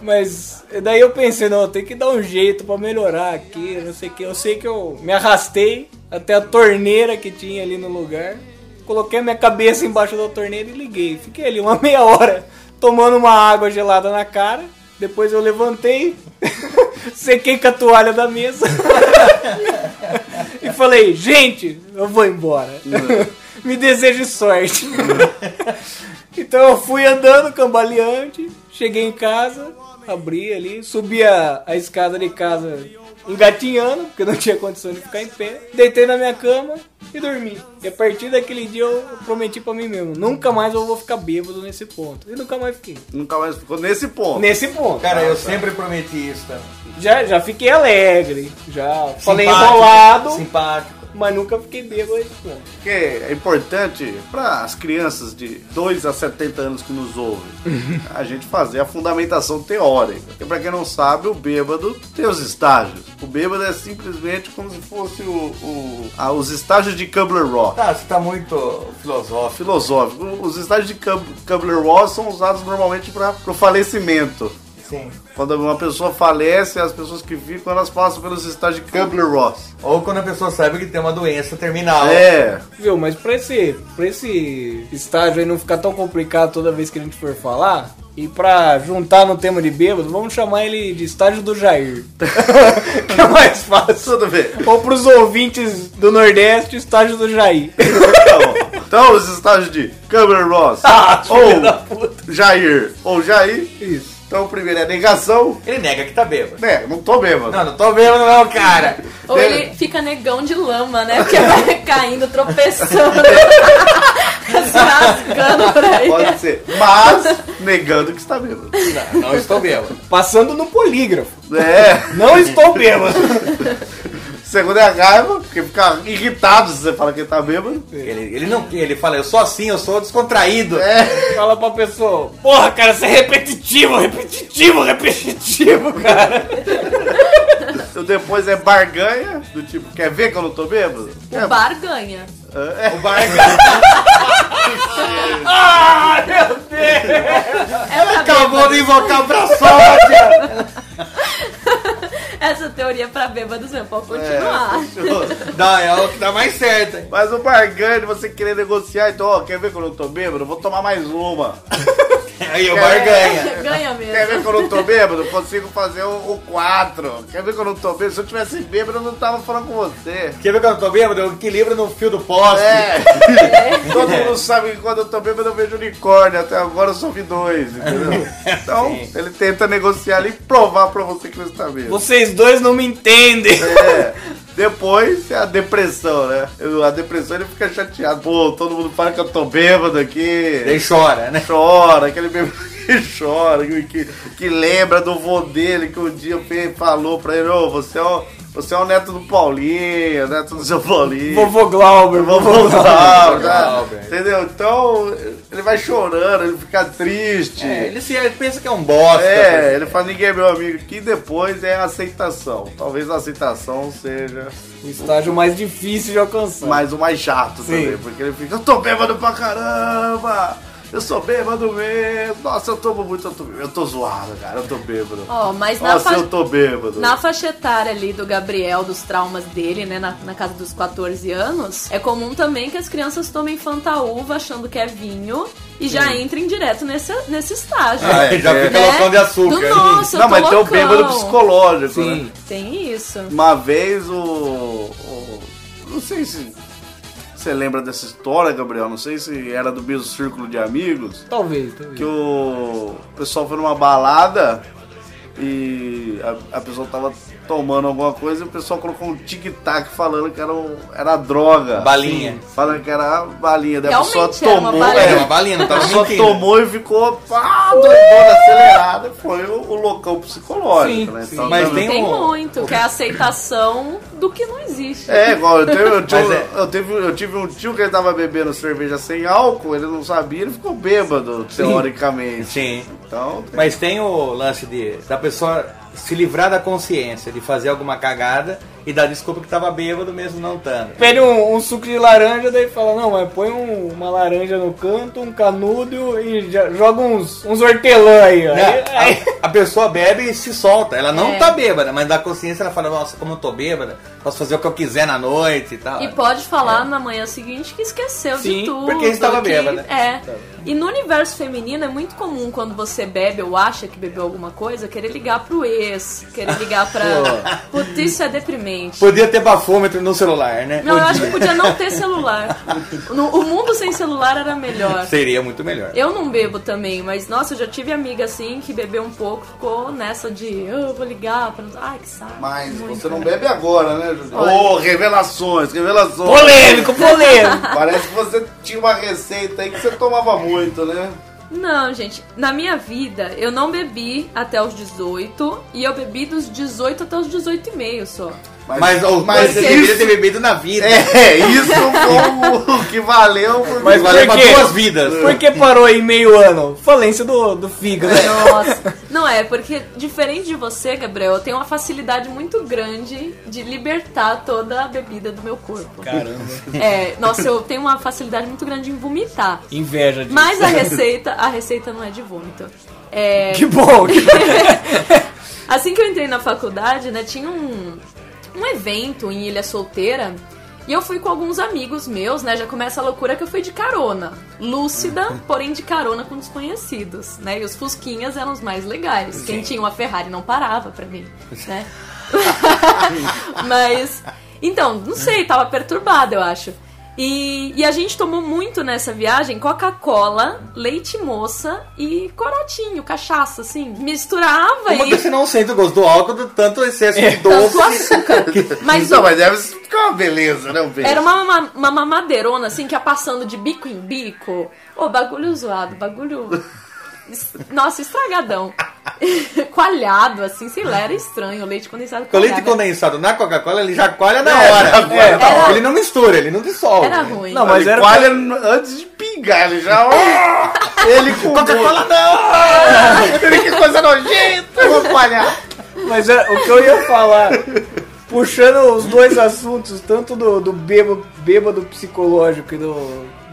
Mas daí eu pensei, não, tem que dar um jeito pra melhorar aqui, não sei o que. Eu sei que eu me arrastei até a torneira que tinha ali no lugar. Coloquei a minha cabeça embaixo da torneira e liguei. Fiquei ali uma meia hora tomando uma água gelada na cara. Depois eu levantei, sequei com a toalha da mesa e falei, gente, eu vou embora.
Uhum.
Me desejo sorte. Então eu fui andando cambaleante, cheguei em casa, abri ali, subi a, a escada de casa engatinhando, porque não tinha condição de ficar em pé. Deitei na minha cama e dormi. E a partir daquele dia eu prometi pra mim mesmo, nunca mais eu vou ficar bêbado nesse ponto. E nunca mais fiquei.
Nunca mais ficou nesse ponto.
Nesse ponto.
Cara, eu sempre prometi isso também.
Já, já fiquei alegre, já falei
Simpático,
embolado,
Simpático.
mas nunca fiquei bêbado nesse ponto.
Porque é importante para as crianças de 2 a 70 anos que nos ouvem a gente fazer a fundamentação teórica. Porque para quem não sabe, o bêbado tem os estágios. O bêbado é simplesmente como se fosse o, o- ah, os estágios de Kubler-Ross.
Tá, você tá muito filosófico.
Filosófico. Os estágios de Kub- Kubler-Ross são usados normalmente para o falecimento.
Sim.
Quando uma pessoa falece, as pessoas que ficam, elas passam pelos estágios de Kubler-Ross.
Ou quando a pessoa sabe que tem uma doença terminal.
É,
Viu, mas pra esse, pra esse estágio aí não ficar tão complicado toda vez que a gente for falar, e pra juntar no tema de bêbado, vamos chamar ele de estágio do Jair. que é mais fácil.
tudo bem.
Ou pros ouvintes do Nordeste, estágio do Jair.
Então, então os estágios de Cameron Ross ou Jair ou Jair.
Isso.
Então o primeiro é negação.
Ele nega que tá bêbado.
Né, não tô bêbado.
Não, não tô bêbado não, cara.
ou ele fica negão de lama, né? Porque vai caindo, tropeçando. rasgando por aí.
Pode ser. Mas, negando que está bêbado.
Não, não estou bêbado.
Passando no polígrafo.
É.
Não estou bêbado.
Segundo é a raiva, porque fica irritado se você fala que tá bêbado.
Ele, ele não ele fala, eu sou assim, eu sou descontraído.
É.
Fala pra pessoa, porra, cara, você é repetitivo, repetitivo, repetitivo, cara.
Então depois é barganha, do tipo, quer ver que eu não tô bêbado?
O bar ganha.
O barganha.
É pra
Acabou
bêbado.
de invocar pra
É,
sorte.
Essa teoria é pra bêbados mesmo, pode continuar.
Dá, é o que dá mais certo. hein?
Mas o barganha, de você querer negociar, então, ó, quer ver que eu não tô bêbado? Eu Vou tomar mais uma.
Aí o barganha.
ganha
Quer ver
mesmo.
que eu não tô bêbado? Eu Consigo fazer o, o quatro. Quer ver que eu não tô bêbado? Se eu tivesse bêbado, eu não tava falando com você.
Quer ver que eu tô bêbado? Eu equilibro no fio do poste.
É. Todo mundo sabe que quando eu tô bêbado eu vejo unicórnio. Até agora eu só vi dois, entendeu? Então, ele tenta negociar ali e provar pra você que você tá bêbado.
Vocês dois não me entendem.
É. Depois é a depressão, né? Eu- a depressão ele fica chateado. Pô, todo mundo fala que eu tô bêbado aqui.
Daí chora, né?
Chora, aquele bêbado que chora, que, que, que lembra do vô dele que um dia fe- falou pra ele, ô, você é o. Você é o neto do Paulinho, neto do seu Paulinho.
Vovô Glauber,
Vamos
vovô Glauber.
usar,
Glauber.
né? Entendeu? Então, ele vai chorando, ele fica triste.
É,
É,
ele se ele pensa que é um bosta.
É, ele fala, ninguém é meu amigo. Que depois é a aceitação. Talvez a aceitação seja
O estágio mais difícil de alcançar.
mais o mais chato também.
Sim.
Porque ele fica, eu tô bêbado pra caramba! Eu sou bêbado mesmo! Nossa, eu tomo muito, eu tô, eu tô zoado, cara, eu tô bêbado.
Ó, mas na,
Nossa,
fa-
eu tô bêbado.
na faixa etária ali do Gabriel, dos traumas dele, né, na, na casa dos 14 anos, é comum também que as crianças tomem fantaúva achando que é vinho e já entrem direto nesse, nesse estágio. Né?
Ah, é, já fica loucão de açúcar. né?
Do, nossa, eu
Não,
tô
mas tem o
loucão.
bêbado psicológico, né?
Sim.
Tem isso.
Uma vez o, o- Não sei se você lembra dessa história, Gabriel. Não sei se era do mesmo círculo de amigos.
Talvez, talvez.
Que o pessoal foi numa balada e a, a pessoa tava tomando alguma coisa e o pessoal colocou um tic-tac falando que era, um- era droga.
Balinha.
Sim, Falando que era balinha. Daí a
Realmente
pessoa
era uma
tomou.
balinha.
é,
É, uma balina,
a
tava
pessoa
mentindo.
tomou e ficou pá, doidona, acelerada. Foi o, o loucão psicológico,
Sim,
né?
sim.
Então,
Mas
também-
Tem
Tem
um-
muito, que é a aceitação do que não existe.
É, igual eu teve, eu, tive,
Mas é.
eu, teve, eu tive um tio que ele tava bebendo cerveja sem álcool, ele não sabia, ele ficou bêbado, teoricamente.
Sim.
Então, tem-
Mas tem o lance de da pessoa se livrar da consciência, de fazer alguma cagada e dar desculpa que tava bêbado mesmo não tanto.
Pede um, um suco de laranja, daí fala, não, mas põe um- uma laranja no canto, um canudo e já- joga uns, uns hortelã aí, ó.
Né?
Aí- aí-
A, a pessoa bebe e se solta. Ela não
É.
tá bêbada, mas da consciência ela fala, nossa, como eu tô bêbada, posso fazer o que eu quiser na noite e tal.
E pode falar na manhã seguinte que esqueceu
Sim,
de tudo.
porque estava
que-
bêbada.
É. E no universo feminino é muito comum quando você bebe ou acha que bebeu alguma coisa, querer ligar pro ex, querer ligar pra. Putz, isso é deprimente.
Podia ter bafômetro no celular, né?
Não, eu
Podia.
acho que podia não ter celular. No- O mundo sem celular era melhor.
Seria muito melhor.
Eu não bebo também, mas nossa, eu já tive amiga assim que bebeu um pouco, ficou nessa de "Ah, eu vou ligar pra. não- Ai, que saco.
mas você não bebe agora, né, Júlio?
Olha.
Ô, revelações, revelações.
Polêmico, polêmico.
Parece que você tinha uma receita aí que você tomava muito, né?
Não, gente, na minha vida eu não bebi até os 18 e eu bebi dos 18 até os 18 e meio só.
Mas, o
mas
você
isso-
deveria ter bebido na vida.
É, isso foi o que valeu. porque-
Mas valeu
Por
pra
quê?
duas vidas.
Por que parou aí meio ano? Falência do, do fígado.
Nossa. Não é, porque diferente de você, Gabriel, eu tenho uma facilidade muito grande de libertar toda a bebida do meu corpo.
Caramba.
É, nossa, eu tenho uma facilidade muito grande em vomitar.
Inveja disso.
Mas é. a receita, a receita não é de vômito. É,
Que bom. que bom.
Assim que eu entrei na faculdade, né, tinha um, um evento em Ilha Solteira. E eu fui com alguns amigos meus, né? Já começa a loucura que eu fui de carona. Lúcida, porém de carona com desconhecidos, né? E os Fusquinhas eram os mais legais. Quem tinha uma Ferrari não parava pra mim, né? Mas, então, não sei, tava perturbada, eu acho. E, e a gente tomou muito nessa viagem Coca-Cola, leite moça e corotinho, cachaça, assim. Misturava
Uma
e.
É.
que você não sente o gosto do álcool do tanto excesso de doce.
Tanto açúcar. Mas
Não,
o-
mas deve ficar é uma beleza, né? Um beijo.
Era uma, uma, uma mamadeirona, assim, que ia passando de bico em bico. Ô, bagulho zoado, bagulho. es- Nossa, estragadão. Coalhado, assim, sei lá, era estranho. O leite condensado.
Porque o leite
coalhado.
condensado na Coca-Cola, ele já coalha na
É,
hora.
já coalha
É,
na hora.
Ele não mistura, ele não dissolve.
Era
né?
ruim.
Não,
Mas
mas era.
coalha antes de pingar, ele já. ele com Coca-Cola não! ele que coisa nojenta! Eu vou coalhar!
Mas é, o que eu ia falar, puxando os dois assuntos, tanto do, do bêbado, bêbado psicológico e do,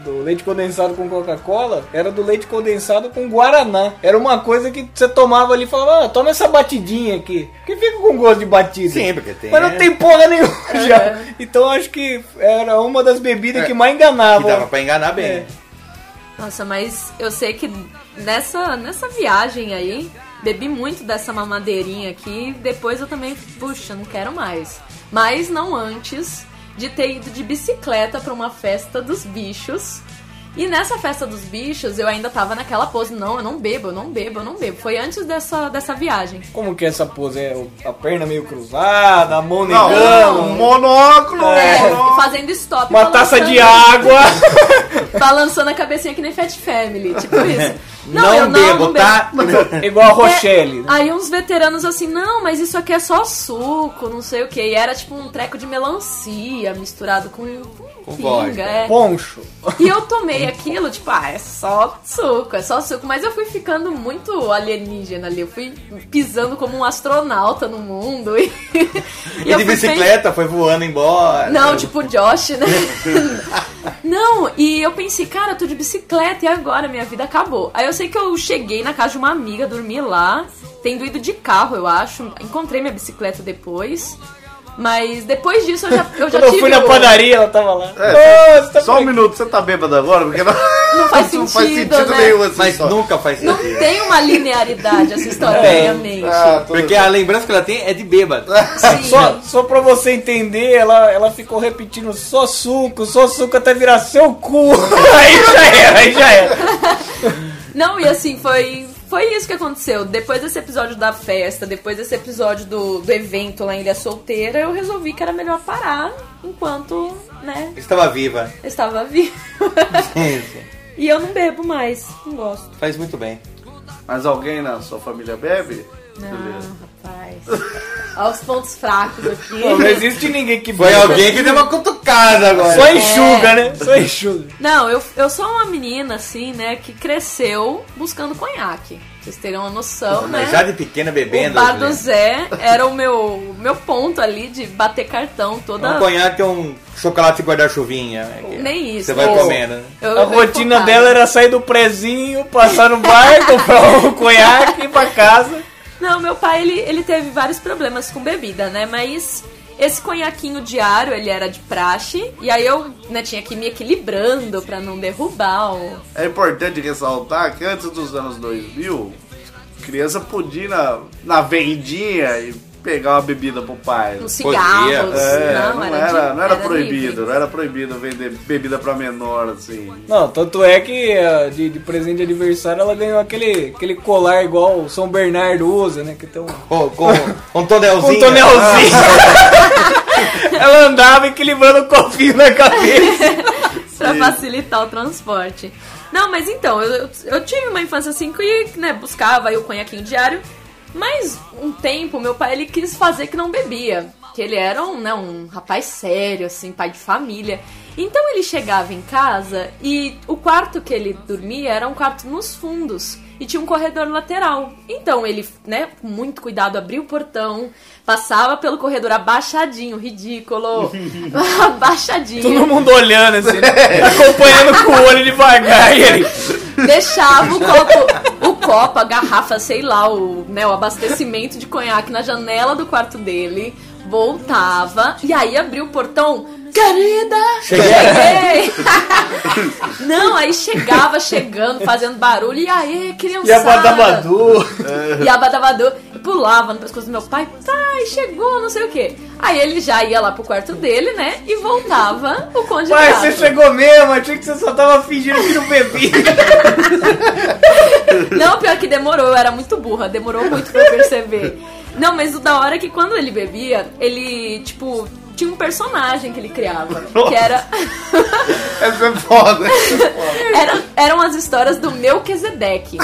do leite condensado com Coca-Cola, era do leite condensado com Guaraná. Era uma coisa que você tomava ali e falava, ah, toma essa batidinha aqui. Que fica com gosto de batida.
Sim, porque tem- né?
Mas não tem porra nenhuma já. Então acho que era uma das bebidas que mais
É.
Tá
Que dava
enganava.
pra enganar bem.
É.
Nossa, mas eu sei que nessa, nessa viagem aí, bebi muito dessa mamadeirinha aqui. e Depois eu também, puxa, não quero mais. Mas não antes de ter ido de bicicleta pra uma festa dos bichos. E nessa festa dos bichos, eu ainda tava naquela pose, não, eu não bebo, eu não bebo, eu não bebo. Foi antes dessa, dessa viagem.
Como que é essa pose? É o- a perna meio cruzada, a mão
Não,
negando,
um monóculo!
É,
um monóculo.
fazendo stop.
uma taça
balançando-
de água.
Balançando a cabecinha que nem Fat Family, tipo isso.
não,
eu
bebo, tá?
É.
Igual a Rochelle. né?
Aí uns veteranos assim, não, mas isso aqui é só suco, não sei o que. E era tipo um treco de melancia misturado com, com pinga.
vodka.
é.
Poncho.
E eu tomei aquilo, tipo, ah, é só suco, é só suco. Mas eu fui ficando muito alienígena ali. Eu fui pisando como um astronauta no mundo. E,
E de bicicleta, foi voando embora.
não, tipo o Josh, né? Não, e eu pensei, cara, eu tô de bicicleta e agora minha vida acabou. Aí eu sei que eu cheguei na casa de uma amiga, dormi lá, tendo ido de carro, eu acho. Encontrei minha bicicleta depois. Mas depois disso eu já, eu já
Quando eu
tive um
fui na
o-
padaria, ela tava lá.
É,
Nossa, tá
Só um minuto, você tá bêbado agora? Porque não,
Não faz
não faz
sentido,
sentido
né?
nenhum assim
Mas
só.
nunca faz
Não
sentido.
tem uma linearidade essa história
É.
na minha mente.
Ah, tudo
Porque a lembrança que ela tem é de bêbado.
Sim.
Só, só pra você entender, ela, ela ficou repetindo só suco, só suco até virar seu cu. aí já era, aí já
é.
era.
Não, e assim, foi, foi isso que aconteceu. Depois desse episódio da festa, depois desse episódio do, do evento lá em Ilha Solteira, eu resolvi que era melhor parar enquanto, né,
Estava viva.
eu estava viva.
Gente,
e eu não bebo mais, não gosto.
Faz muito bem.
Mas alguém na sua família bebe?
Não, rapaz. Olha os pontos fracos aqui.
Não, não existe ninguém que
Foi
beba.
alguém que deu uma cutucada agora.
Só
É.
enxuga, né? Só enxuga.
Não, eu, eu sou uma menina, assim, né, que cresceu buscando conhaque. Vocês terão uma noção, né?
Mas já de né? pequena
O
bebendo.
bar do
Juliana.
Zé era o meu, meu ponto ali de bater cartão toda
Um conhaque é um chocolate guarda-chuvinha. né, que
tá. Nem isso.
Você vai
Ou-
comendo. né?
Eu-
A
eu
rotina
focada.
dela era sair do prezinho, passar no bar, comprar um conhaque e ir pra casa.
Não, meu pai, ele, ele teve vários problemas com bebida, né? Mas esse conhaquinho diário, ele era de praxe. E aí eu né, tinha que ir me equilibrando pra não derrubar o...
É importante ressaltar que antes dos anos 2000, criança podia ir na, na vendinha e pegar uma bebida pro pai.
os cigarros.
É, não, era,
de-
não era
livre.
proibido, né? não era proibido vender bebida pra menor, assim.
Não, tanto é que eh, de, de presente de aniversário ela ganhou aquele, aquele colar igual o São Bernardo usa, né? Que tem um.
Com, com, com um tonelzinho.
um tonelzinho. Ela andava equilibrando o copinho na cabeça.
Pra facilitar o transporte. Não, mas então, eu, eu- eu tive uma infância assim que né, buscava aí o conhaquinho diário. Mas um tempo, meu pai ele quis fazer que não bebia. Que ele era um, né, um rapaz sério, assim, pai de família. Então ele chegava em casa e o quarto que ele dormia era um quarto nos fundos. E tinha um corredor lateral. Então ele, né, com muito cuidado, abria o portão, passava pelo corredor abaixadinho, ridículo. abaixadinho.
Todo mundo olhando assim, né? acompanhando com o olho devagar. E ele,
deixava o copo, o copo, a garrafa, sei lá, o, né, o abastecimento de conhaque na janela do quarto dele, voltava e aí abriu o portão. Querida, cheguei! Não, aí chegava chegando, fazendo barulho, e aí, criançada?
E a badabadu.
E a Badabadu pulava no pescoço do meu pai, pai, chegou, não sei o quê. Aí ele já ia lá pro quarto dele, né? E voltava o conde
pai,
Drácula.
você chegou mesmo, achei que você só tava fingindo que não bebia.
Não, pior que demorou, eu era muito burra, demorou muito pra eu perceber. Não, mas o da hora é que quando ele bebia, ele, tipo, tinha um personagem que ele criava, que era,
Essa é foda. essa é foda.
era- eram as histórias do Melquisedeque.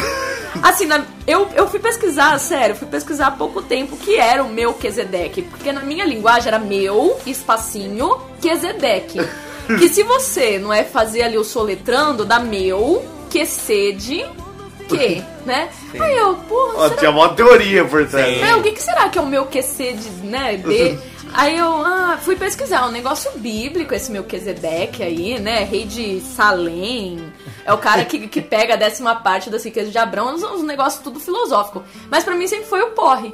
Assim, na- eu, eu fui pesquisar, sério, fui pesquisar há pouco tempo o que era o Melquisedeque, porque na minha linguagem era meu, espacinho, quesedeque. Que se você não é fazer ali o soletrando, dá meu, que sede, que, né? Aí eu, porra,
Ó,
será
tinha uma teoria por trás. né?
é, o que, que será que é o meu QC de, né, de... Aí eu ah, fui pesquisar, é um negócio bíblico esse meu Quezedeque aí, né? Rei de Salém. É o cara que, que pega a décima parte das riquezas de Abrão, uns, uns negócios tudo filosófico. Mas pra mim sempre foi o porre.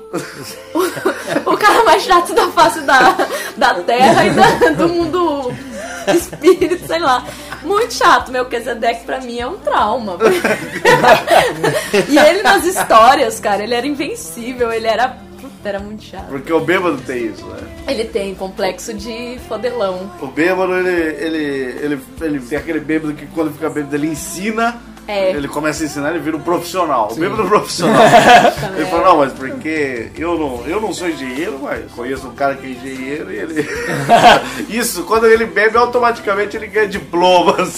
O, o cara mais chato da face da, da terra e da- do mundo espírito, sei lá. Muito chato, meu Quezedeque pra mim é um trauma. E ele nas histórias, cara, ele era invencível, ele era. Puta, era muito chato.
Porque o bêbado tem isso, né?
Ele tem complexo de fodelão.
O bêbado, ele, ele, ele, ele tem aquele bêbado que quando fica bêbado, ele ensina.
É.
Ele começa a ensinar, ele vira um profissional. O bêbado é um profissional. ele fala, não, mas porque eu não, eu não sou engenheiro, mas conheço um cara que é engenheiro e ele... isso, quando ele bebe, automaticamente ele ganha diplomas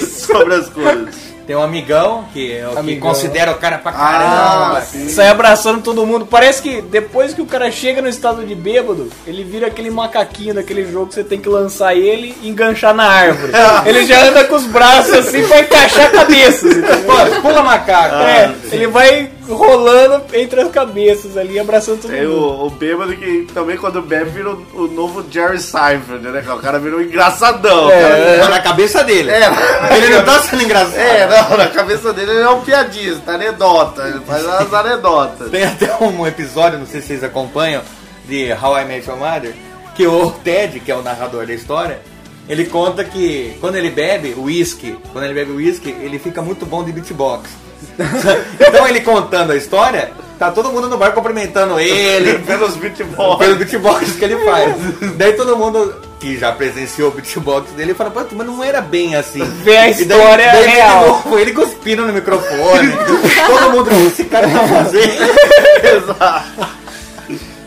sobre as coisas.
Tem um amigão que é o que
Amigão.
considera o cara pra
Ah,
caramba.
sim.
Sai abraçando todo mundo. Parece que depois que o cara chega no estado de bêbado, ele vira aquele macaquinho daquele jogo que você tem que lançar ele e enganchar na árvore. ele já anda com os braços assim pra encaixar cabeças. entendeu?
Pô, pula macaco.
é, ele vai rolando entre as cabeças ali, abraçando todo
Tem
mundo.
É o, o bêbado que também quando bebe vira o, o novo Jerry Seinfeld, né? O cara vira um engraçadão. o cara-
Tá na cabeça dele.
É.
Ele não tá sendo engraçado.
É, não, na cabeça dele ele é um piadista, anedota, ele faz umas anedotas.
Tem até um episódio, não sei se vocês acompanham, de How I Met Your Mother, que o Ted, que é o narrador da história, ele conta que quando ele bebe uísque, quando ele bebe uísque, ele fica muito bom de beatbox. então ele contando a história, tá todo mundo no bar cumprimentando ele,
Pelos beatbox.
pelo beatbox que ele faz. Daí todo mundo que já presenciou o beatbox dele fala, "Pô, mas não era bem assim.
Vê a
E daí-
história
daí, de
real.
novo, ele cuspindo no microfone. todo mundo, esse cara tá fazendo.
Exato.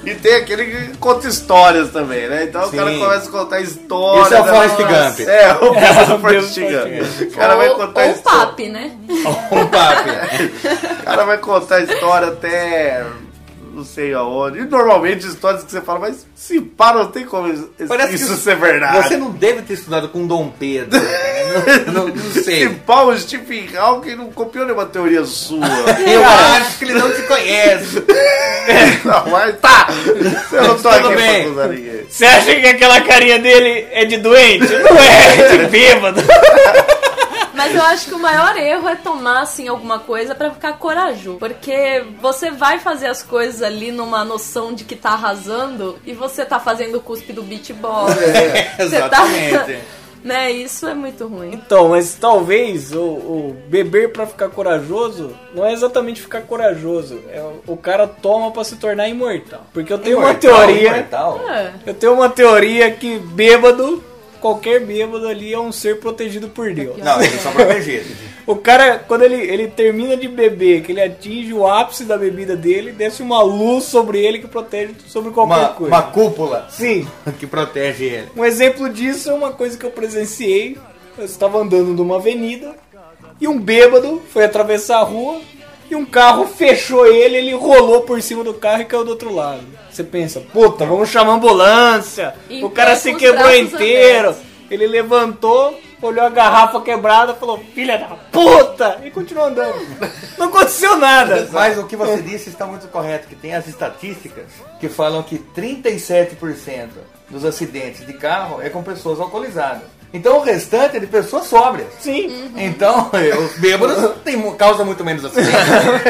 E tem aquele que conta histórias também, né? Então o
Sim.
cara começa a contar histórias.
Esse é o
né?
Forrest
Nossa,
Gump.
É, o é,
o
Forrest
Forrest
Gump. O cara vai
ou
contar
ou
história.
papi, né?
Um papo.
O cara vai contar história até. Não sei aonde. E normalmente histórias que você fala, mas se pá, não tem como isso,
Parece que
isso ser verdade.
Você não deve ter estudado com Dom Pedro. Não, não- não
Se
sei.
pá, o Stephen Hawking não copiou nenhuma teoria sua.
Eu acho que ele não te conhece.
Não, mas tá! Eu não
Tudo
tô aqui
bem.
pra acusar ninguém.
Você acha que aquela carinha dele é de doente? Não é, é de bêbado.
Mas eu acho que o maior erro é tomar, assim, alguma coisa pra ficar corajoso. Porque você vai fazer as coisas ali numa noção de que tá arrasando e você tá fazendo o cuspe do beatbox. Você tá...
É, Exatamente.
Né, isso é muito ruim.
Então, mas talvez o, o beber pra ficar corajoso não é exatamente ficar corajoso. É o- o cara toma pra se tornar imortal. Porque eu tenho uma
Imortal,
teoria.
imortal.
É.
Eu tenho uma teoria que bêbado, qualquer bêbado ali é um ser protegido por Deus.
Não, é eles são protegidos.
O cara, quando ele, ele termina de beber, que ele atinge o ápice da bebida dele, desce uma luz sobre ele que protege sobre qualquer
Uma,
coisa.
uma cúpula
Sim.
que protege ele.
Um exemplo disso é uma coisa que eu presenciei. Eu estava andando numa avenida e um bêbado foi atravessar a rua e um carro fechou ele, ele rolou por cima do carro e caiu do outro lado. Você pensa, puta, vamos chamar a ambulância.
E
o cara
com
se
os
quebrou
braços
inteiro.
abertos.
Ele levantou, olhou a garrafa quebrada, falou, filha da puta! E continuou andando. Não aconteceu nada.
Mas o que você disse está muito correto, que tem as estatísticas que falam que 37% dos acidentes de carro é com pessoas alcoolizadas. Então o restante é de pessoas sóbrias.
Sim.
Uhum.
Então, os bêbados têm, mu- causam muito menos acidentes.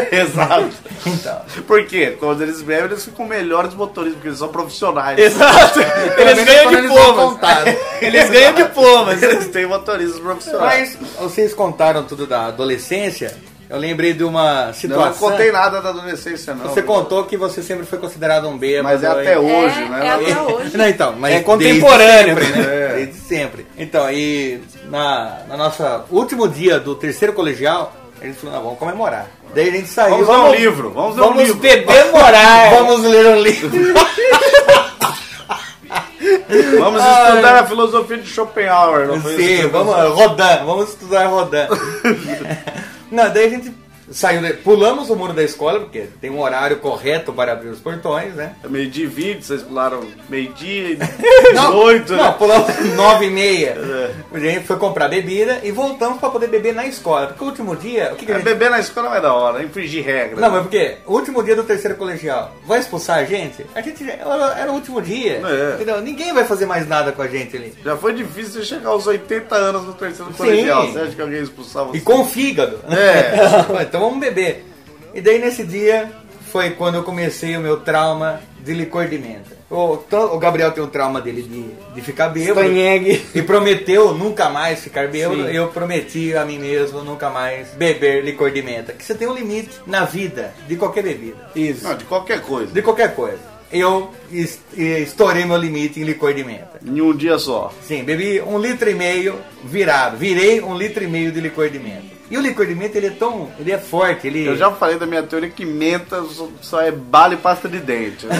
Exato.
Então,
Por quê? Quando eles bebem, eles ficam melhores motoristas, porque eles são profissionais.
Exato.
é
Eles ganham
quando eles são
diplomas.
apontados.
Eles ganham diplomas.
Eles têm motoristas profissionais.
Mas vocês contaram tudo da adolescência. Eu lembrei de uma
Eu não
situação.
contei nada da adolescência, não.
Você contou que você sempre foi considerado um bêbado.
Mas é até
hein?
hoje,
é,
né?
é até hoje.
Não, então, mas
É contemporâneo.
Desde sempre, né?
É.
Desde sempre. Então, e na, na nossa último dia do terceiro colegial, a gente falou, "Não, vamos comemorar. Daí a gente saiu.
Vamos ler um livro. Vamos ler um
Vamos
livro.
beber moral.
Vamos ler um livro.
Vamos estudar a filosofia de Schopenhauer. Não foi isso
Sim,
que eu
vamos
pensei?
rodando, vamos estudar rodando. Não, daí a gente saiu, de- pulamos o muro da escola, porque tem um horário correto para abrir os portões, né?
É meio-dia e 20, vocês pularam meio-dia e 18,
Não,
né? É.
pulamos nove e meia. A gente foi comprar bebida e voltamos para poder beber na escola. Porque o último dia, o que, que a
É,
gente...
beber na escola não é da hora, é infringir regra.
Não, mas porque o último dia do terceiro colegial vai expulsar a gente? A gente já, era, era o último dia.
É.
Entendeu? Ninguém vai fazer mais nada com a gente ali.
Já foi difícil você chegar aos 80 anos no terceiro colegial. Você acha que alguém expulsava
E
você?
com o fígado.
É.
então vamos beber. E daí nesse dia foi quando eu comecei o meu trauma de licor de menta. O, tra- o Gabriel tem um trauma dele de, de ficar bêbado.
Stanheg.
E prometeu nunca mais ficar bêbado.
Sim.
Eu prometi a mim mesmo nunca mais beber licor de menta. Que você tem um limite na vida de qualquer bebida.
Isso.
Não, de qualquer coisa.
De qualquer coisa. Eu es- eh, estourei meu limite em licor de menta.
Em um dia só.
Sim, bebi um litro e meio virado. Virei um litro e meio de licor de menta. E o licor de menta, ele é tão... Ele é forte, ele...
Eu já falei da minha teoria que menta só- só é bala e pasta de dente. né?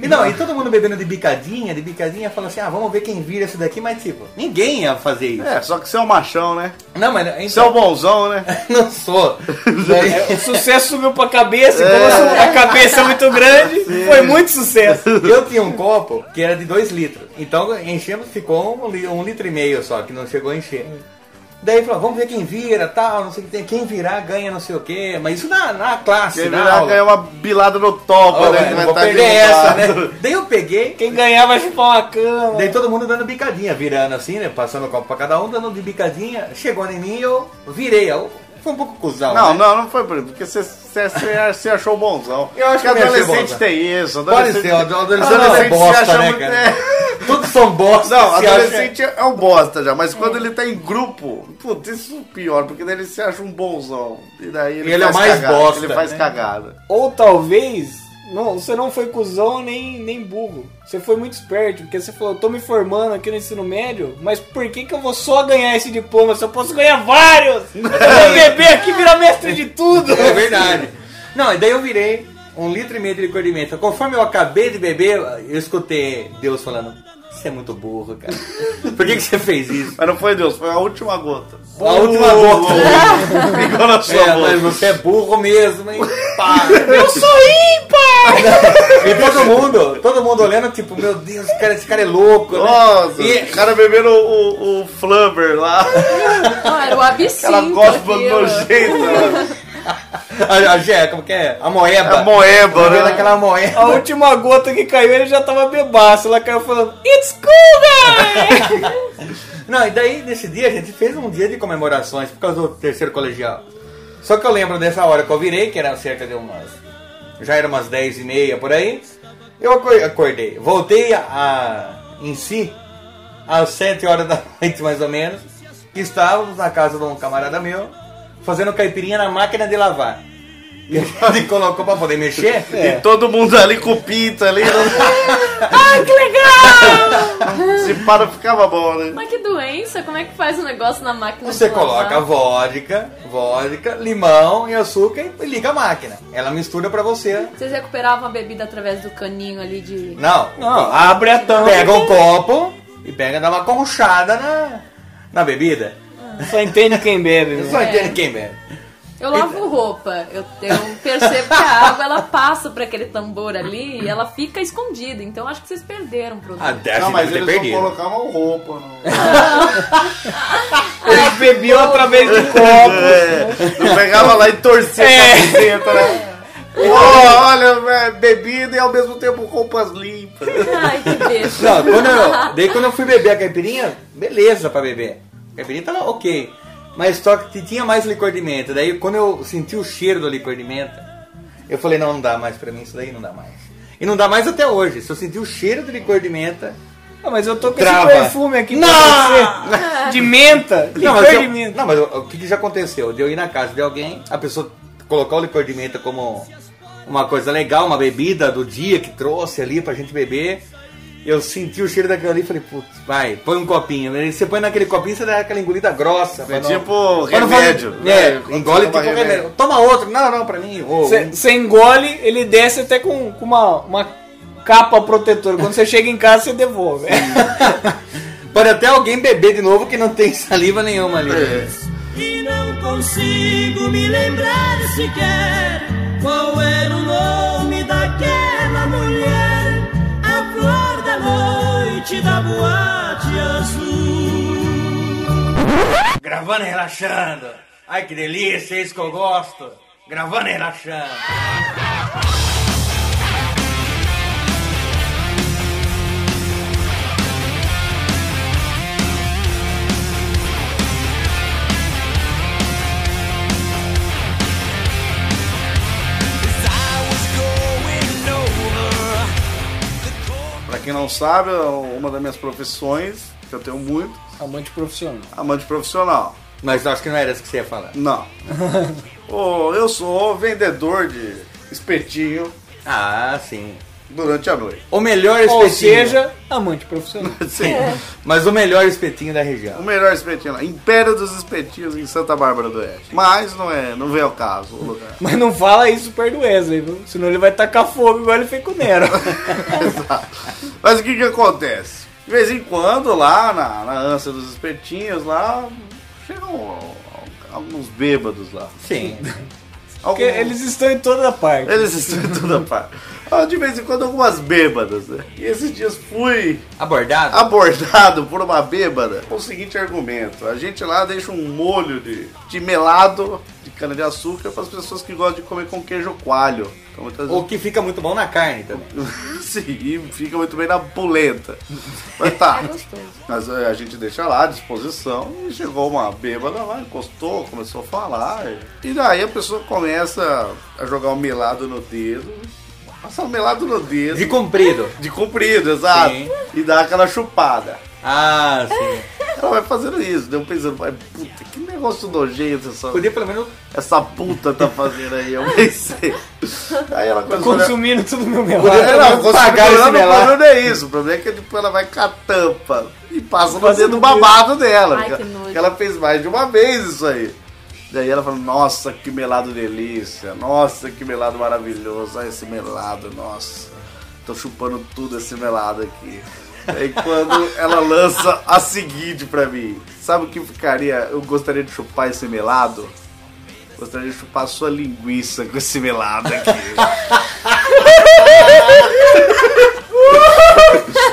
E não, e todo mundo bebendo de bicadinha, de bicadinha, fala assim, ah, vamos ver quem vira isso daqui, mas tipo, ninguém ia fazer isso.
é, só que você é um machão, né?
Não, mas... então-
Você é um bonzão, né?
Não sou.
É,
Daí,
o sucesso subiu pra cabeça, e como subiu a cabeça é muito grande, foi muito sucesso.
eu tinha um copo que era de 2 litros. Então enchemos, ficou um, li- um litro e meio só, que não chegou a encher. Daí falou, vamos ver quem vira, tal, não sei o que tem. Quem virar ganha não sei o que. Mas isso na, na classe,
Quem
na
virar
aula.
ganha uma bilada no topo,
Ó, vai,
né? Que
não
vai
vou
tá
perder essa, né?
derrubado.
Daí eu peguei, né?
Quem ganhar vai chupar uma cama.
Daí todo mundo dando bicadinha, virando assim, né? Passando o copo pra cada um, dando de bicadinha. Chegou em mim e eu virei. Eu... Foi um pouco cuzão.
Não,
né?
não, não foi por isso, porque você, você, você- você achou bonzão.
Eu acho que eu ia ser
adolescente
bonzão.
tem isso.
Pode
Adolescente,
ser, o adolescente não é
adolescente se
bosta,
acha
né,
muito-
cara?
é.
Todos são bosta.
Não,
se
adolescente é um bosta já, mas
Hum.
quando ele tá em grupo, putz, isso é o pior, porque daí ele se acha um bonzão. E daí ele,
E ele é
faz
mais
cagada,
bosta,
Ele faz
né?
cagada.
Ou talvez, não, você não foi cuzão nem, nem burro. Você foi muito esperto, porque você falou, eu tô me formando aqui no ensino médio, mas por que que eu vou só ganhar esse diploma? Se eu posso ganhar vários! Eu vou beber aqui e virar mestre de tudo!
Acha... É verdade. Não, e daí eu virei um litro e meio de licor de menta. Conforme eu acabei de beber, eu escutei Deus falando... Você é muito burro, cara. Por que, que você fez isso?
Mas não foi Deus, foi a última gota.
A última gota.
Ficou na sua
É, mas
boca.
você é burro mesmo, hein? Eu sou ímpar! e todo mundo, todo mundo olhando, tipo, meu Deus, esse cara, esse cara é louco. né?
Nossa,
E-
o cara bebendo o, o, o flubber lá,
Não, era o
aquela
absinto.
gosma
aquilo.
nojenta,
a, a, Gé, como que é? A moeba.
a moeba,
Bebendo
né?
aquela moeba.
A última gota que caiu, ele já tava bebaço. Ela caiu falando, It's cool, guys!
Não, e daí nesse dia a gente fez um dia de comemorações por causa do terceiro colegial. Só que eu lembro dessa hora que eu virei, que era cerca de umas. Já era umas 10 e meia por aí. Eu acor- acordei. Voltei a, a- em si às 7 horas da noite, mais ou menos. Que estávamos na casa de um camarada meu, fazendo caipirinha na máquina de lavar. E a gente colocou pra poder mexer.
E todo mundo ali com pinta ali. Não...
Ai, Ah, que legal!
Se para, ficava bom, né?
Mas que doença, como é que faz o negócio na máquina
Você
de lavar?
coloca vodka, vodka, limão e açúcar e liga a máquina. Ela mistura pra você
Vocês recuperavam a bebida através do caninho ali de...
Não.
Não, abre a tampa.
Pega um copo e pega dá uma conchada na, na bebida.
um- Só entende quem bebe,
É.
Eu
meu.
só entendo quem bebe.
Eu lavo roupa, eu, eu percebo que a água ela passa por aquele tambor ali e ela fica escondida. Então acho que vocês perderam o produto.
Até
Não,
assim
mas
você
eles
perdido.
não colocavam roupa. né? Não,
Ele bebeu através de copo.
é, não pegava lá e torcia a camiseta, né? Ó, olha, é, bebida e ao mesmo tempo roupas limpas.
Ai, que beijo.
Não, quando eu, daí quando eu fui beber a caipirinha, beleza pra beber. A caipirinha tava ok. Mas só que tinha mais licor de menta. Daí quando eu senti o cheiro do licor de menta, eu falei, não, não dá mais pra mim, isso daí não dá mais. E não dá mais até hoje. Se eu sentir o cheiro do licor de menta,
Ah, mas eu tô com
Trava.
esse perfume aqui
Não!
pra você. De menta.
Não,
Licor
mas,
de
eu-
menta.
não, mas o- o que, que já aconteceu? De eu ir na casa de alguém, a pessoa colocar o licor de menta como uma coisa legal, uma bebida do dia que trouxe ali pra gente beber. Eu senti o cheiro daquilo ali e falei, putz, vai, põe um copinho. Aí Você põe naquele copinho, você dá aquela engolida grossa. pra
É
não-
tipo
pra não
remédio,
fazer-
né?
É,
Quando
engole
você
tipo
toma
remédio.
remédio.
Toma outro. Não, não, pra mim. ô, um-
Você engole, ele desce até com, com uma, uma capa protetora. Quando você chega em casa, você devolve.
Pode até alguém beber de novo que não tem saliva nenhuma ali.
E não consigo me lembrar sequer qual era o nome daquela mulher, a flor da noite da boate azul.
Gravando e relaxando. Ai que delícia, é isso que eu gosto. Gravando e relaxando.
Pra quem não sabe, é uma das minhas profissões, que eu tenho muito,
Amante profissional.
amante profissional.
Mas acho que não era isso que você ia falar.
Não. Ô, eu sou vendedor de espetinho
Ah, sim.
durante a noite.
O melhor espetinho.
Ou seja, amante profissional.
Sim.
Mas o melhor espetinho da
O
região.
melhor espetinho lá. Império dos Espetinhos em Santa Bárbara do Oeste. Mas não é, não vem ao caso o lugar.
Mas não fala isso perto do Wesley, viu? Senão ele vai tacar fogo igual ele fez com o Nero.
Exato. Mas o que que acontece? De vez em quando, lá na, na ânsia dos espetinhos, lá chegam al- alguns bêbados lá.
Sim.
Porque
Alguns-
eles estão em toda parte.
eles estão em toda parte. Ah, De vez em quando, algumas bêbadas, né? E esses dias fui
Abordado?
abordado por uma bêbada com o seguinte argumento: a gente lá deixa um molho de, de melado de cana-de-açúcar para as pessoas que gostam de comer com queijo coalho. Então, muitas vezes
O que fica muito bom na carne também.
Sim, e fica muito bem na polenta. Mas tá. Mas é, a gente deixa lá à disposição. E chegou uma bêbada lá, encostou, começou a falar. E, e daí a pessoa começa a jogar o melado no dedo. Passar o melado no dedo.
De comprido.
de comprido, exato.
Sim.
E dá aquela chupada.
Ah, sim.
Ela vai fazendo isso, deu um pensando, vai, puta, que negócio nojento essa,
Podia pelo menos.
essa puta tá fazendo aí, eu pensei. Aí ela começou a olhar-
Consumindo tudo no meu
Podia-
lado.
não, consigo
pagar
melhorar,
esse
não,
melado.
O problema não é isso. O problema é que tipo, ela vai com a tampa e passa no
Passa
dedo
no
babado dela.
Ai, que
porque-
nojo.
porque ela fez mais de uma vez isso aí. Daí ela falou, nossa, que melado delícia. Nossa, que melado maravilhoso. Olha esse melado, nossa. Tô chupando tudo esse melado aqui. Aí quando ela lança a seguinte pra mim. Sabe o que ficaria? Eu gostaria de chupar esse melado? Gostaria de chupar sua linguiça com esse melado aqui.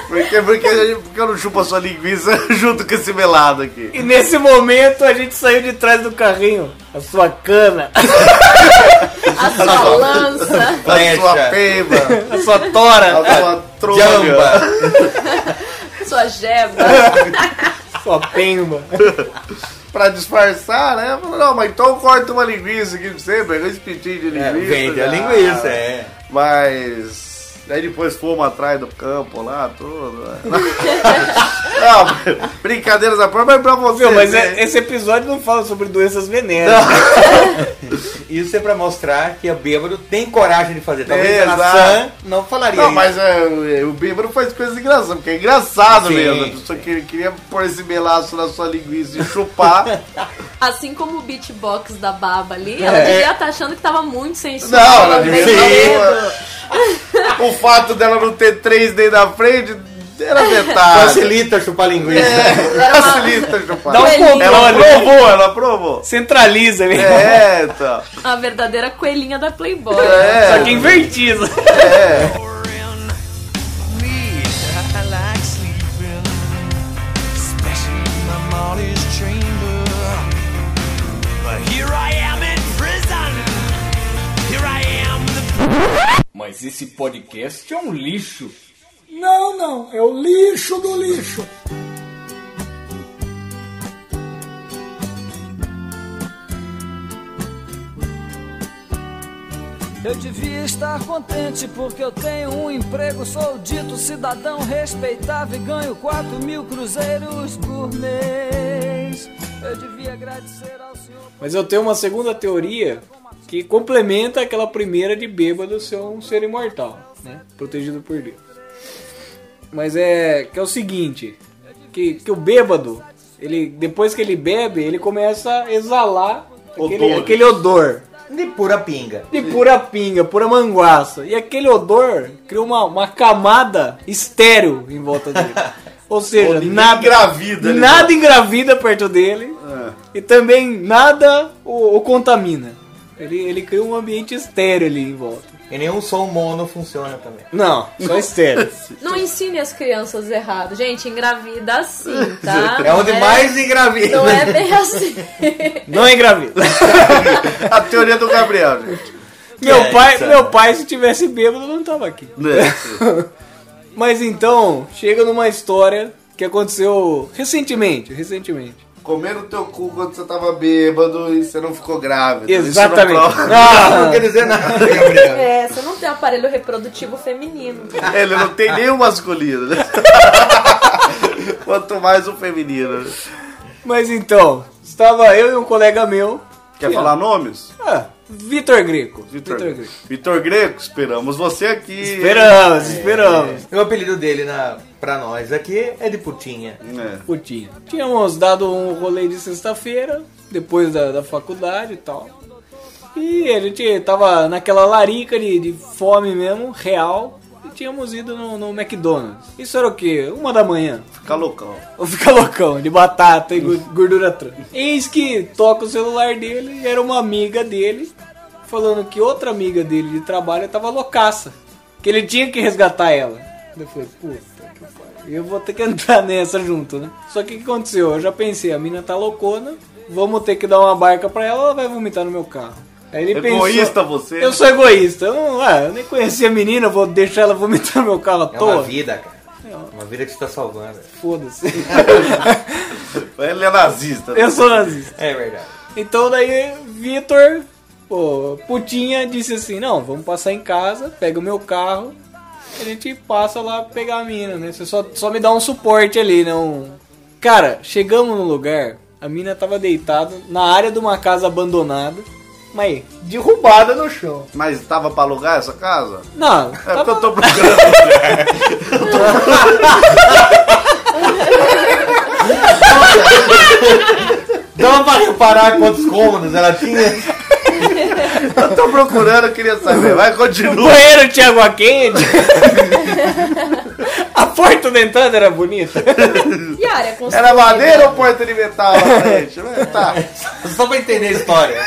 Porque, porque, porque eu não chupo a sua linguiça junto com esse melado aqui.
E nesse momento a gente saiu de trás do carrinho. A sua cana,
A sua lança.
A
Flecha.
Tá sua peba, tá
a sua
a
tora,
sua trolha.
Jamba!
Sua jeba.
a sua pemba.
Pra disfarçar, né? Eu falo, não, mas então corta uma linguiça aqui pra você, pega esse pitinho de
É,
linguiça.
vende a
já.
linguiça, é.
Mas. Aí depois fomos atrás do campo lá, tudo. né? Não, brincadeiras à parte, mas pra você.
Viu, mas
né?
é- esse episódio não fala sobre doenças venéreas.
Isso é pra mostrar que a bêbado tem coragem de fazer. Talvez
É,
a
exato.
Sam não falaria
Não,
isso.
mas é, o bêbado faz coisas engraçadas, porque é engraçado
Sim.
mesmo. A pessoa que queria pôr esse melaço na sua linguiça e chupar.
Assim como o beatbox da baba ali, ela
É.
devia estar achando que tava muito sensual.
Não, ela
né?
devia estar O fato dela não ter três dedos na frente era detalhe.
Facilita chupar linguiça.
É, facilita chupar.
Dá um
Coelhinho.
Ela é
controle.
provou, ela provou.
Centraliza, né?
É, então.
A verdadeira coelhinha da Playboy.
É.
Só que invertido.
Mas esse podcast é um lixo.
Não, não, é o lixo do lixo.
Eu devia estar contente porque eu tenho um emprego, sou dito cidadão respeitável e ganho 4 mil cruzeiros por mês. Eu devia agradecer ao senhor.
Mas eu tenho uma segunda teoria que complementa aquela primeira de bêbado ser um ser imortal, né? Protegido por Deus. Mas é que é o seguinte, que, que o bêbado, ele depois que ele bebe, ele começa a exalar aquele
Odores.
aquele odor.
É. De pura pinga.
De pura pinga, pura manguaça. E aquele odor cria uma, uma camada estéreo em volta dele. Ou seja,
Ou ninguém
nada
engravida, né? É.
nada engravida perto dele e também nada o, o contamina. Ele, ele cria um ambiente estéreo ali em volta.
E nenhum som mono funciona também.
Não, só estéreo.
Não ensine as crianças errado. Gente, engravida assim, tá?
É onde
Não
mais engravida.
Não é bem assim.
Não é engravida.
É A teoria do Gabriel, gente.
Meu pai,
é.
sabe?
meu pai se tivesse bêbado não tava aqui.
Né?
Mas então, chega numa história que aconteceu recentemente, recentemente.
Comendo teu cu quando você tava bêbado e você não ficou grávida.
Exatamente.
Isso não
Ah,
Não quer dizer nada, Gabriel.
É, você não tem aparelho reprodutivo feminino.
prova- Ele não tem nem o masculino, né? Quanto mais o feminino. né?
Mas então, estava eu e um colega meu.
Quer falar nomes?
Ah, Vitor Greco.
Vitor Greco. Vitor Greco, esperamos você aqui.
Esperamos, esperamos.
E o apelido dele na, pra nós aqui é de putinha.
É.
Putinha. Tínhamos dado um rolê de sexta-feira, depois da, da faculdade e tal. E a gente tava naquela larica de, de fome mesmo, real. E tínhamos ido no, no McDonald's. Isso era o quê? Uma da manhã.
Fica loucão.
Ou fica loucão, de batata e gu- gordura trans. Eis que toca o celular dele e era uma amiga dele falando que outra amiga dele de trabalho tava loucaça. Que ele tinha que resgatar ela. Eu falei, puta que pariu. Eu vou ter que entrar nessa junto, né? Só que o que aconteceu? Eu já pensei, a mina tá loucona, vamos ter que dar uma barca pra ela, ela vai vomitar no meu carro. Aí ele
Egoísta
pensou,
você. né?"
Eu sou egoísta. Eu, não, ah, eu nem conheci a menina, vou deixar ela vomitar no meu carro à
É uma
toa.
vida, cara. Uma vida que você tá salvando.
Foda-se.
Ele é nazista. né?
eu sou nazista.
É verdade.
Então daí Vitor, pô, putinha, disse assim, não, vamos passar em casa, pega o meu carro, a gente passa lá pra pegar a mina, né? Você só, só me dá um suporte ali, né? Um... Cara, chegamos no lugar, a mina tava deitada na área de uma casa abandonada, mas derrubada no chão.
Mas tava pra alugar essa casa?
Não,
É porque eu
tava...
tô procurando.
Dava pra reparar quantos cômodos ela tinha?
Eu tô procurando, eu queria saber. Vai,
o
continua.
banheiro tinha água quente. a porta da entrada era bonita.
E a área construída?
Era madeira ou porta de metal na frente? Mas Tá.
Só pra entender a história.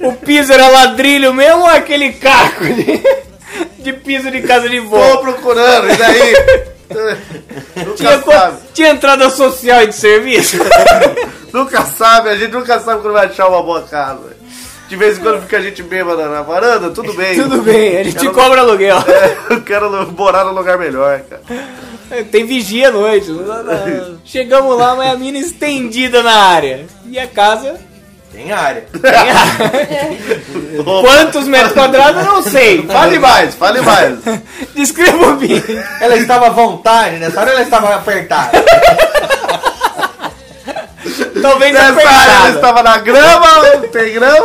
O piso era ladrilho mesmo ou é aquele caco de, de piso de casa de
Tô
vó?
procurando, e daí? nunca
Tinha, co-
sabe.
tinha entrada social e de serviço?
Nunca sabe, a gente nunca sabe quando vai achar uma boa casa. De vez em quando fica a gente bêbada na varanda, tudo bem.
Tudo bem, a gente
Quero-
cobra aluguel.
É, eu quero lu- morar num lugar melhor, cara.
Tem vigia à noite. não dá nada. Chegamos lá, mas a mina estendida na área. E a casa?
Tem área.
Quantos metros quadrados? eu Não sei.
Fale mais, fale mais.
Descreva o vídeo.
Ela estava à vontade nessa hora ou ela estava apertada?
Talvez
Nessa área ela
apertada.
estava na grama, não tem grama.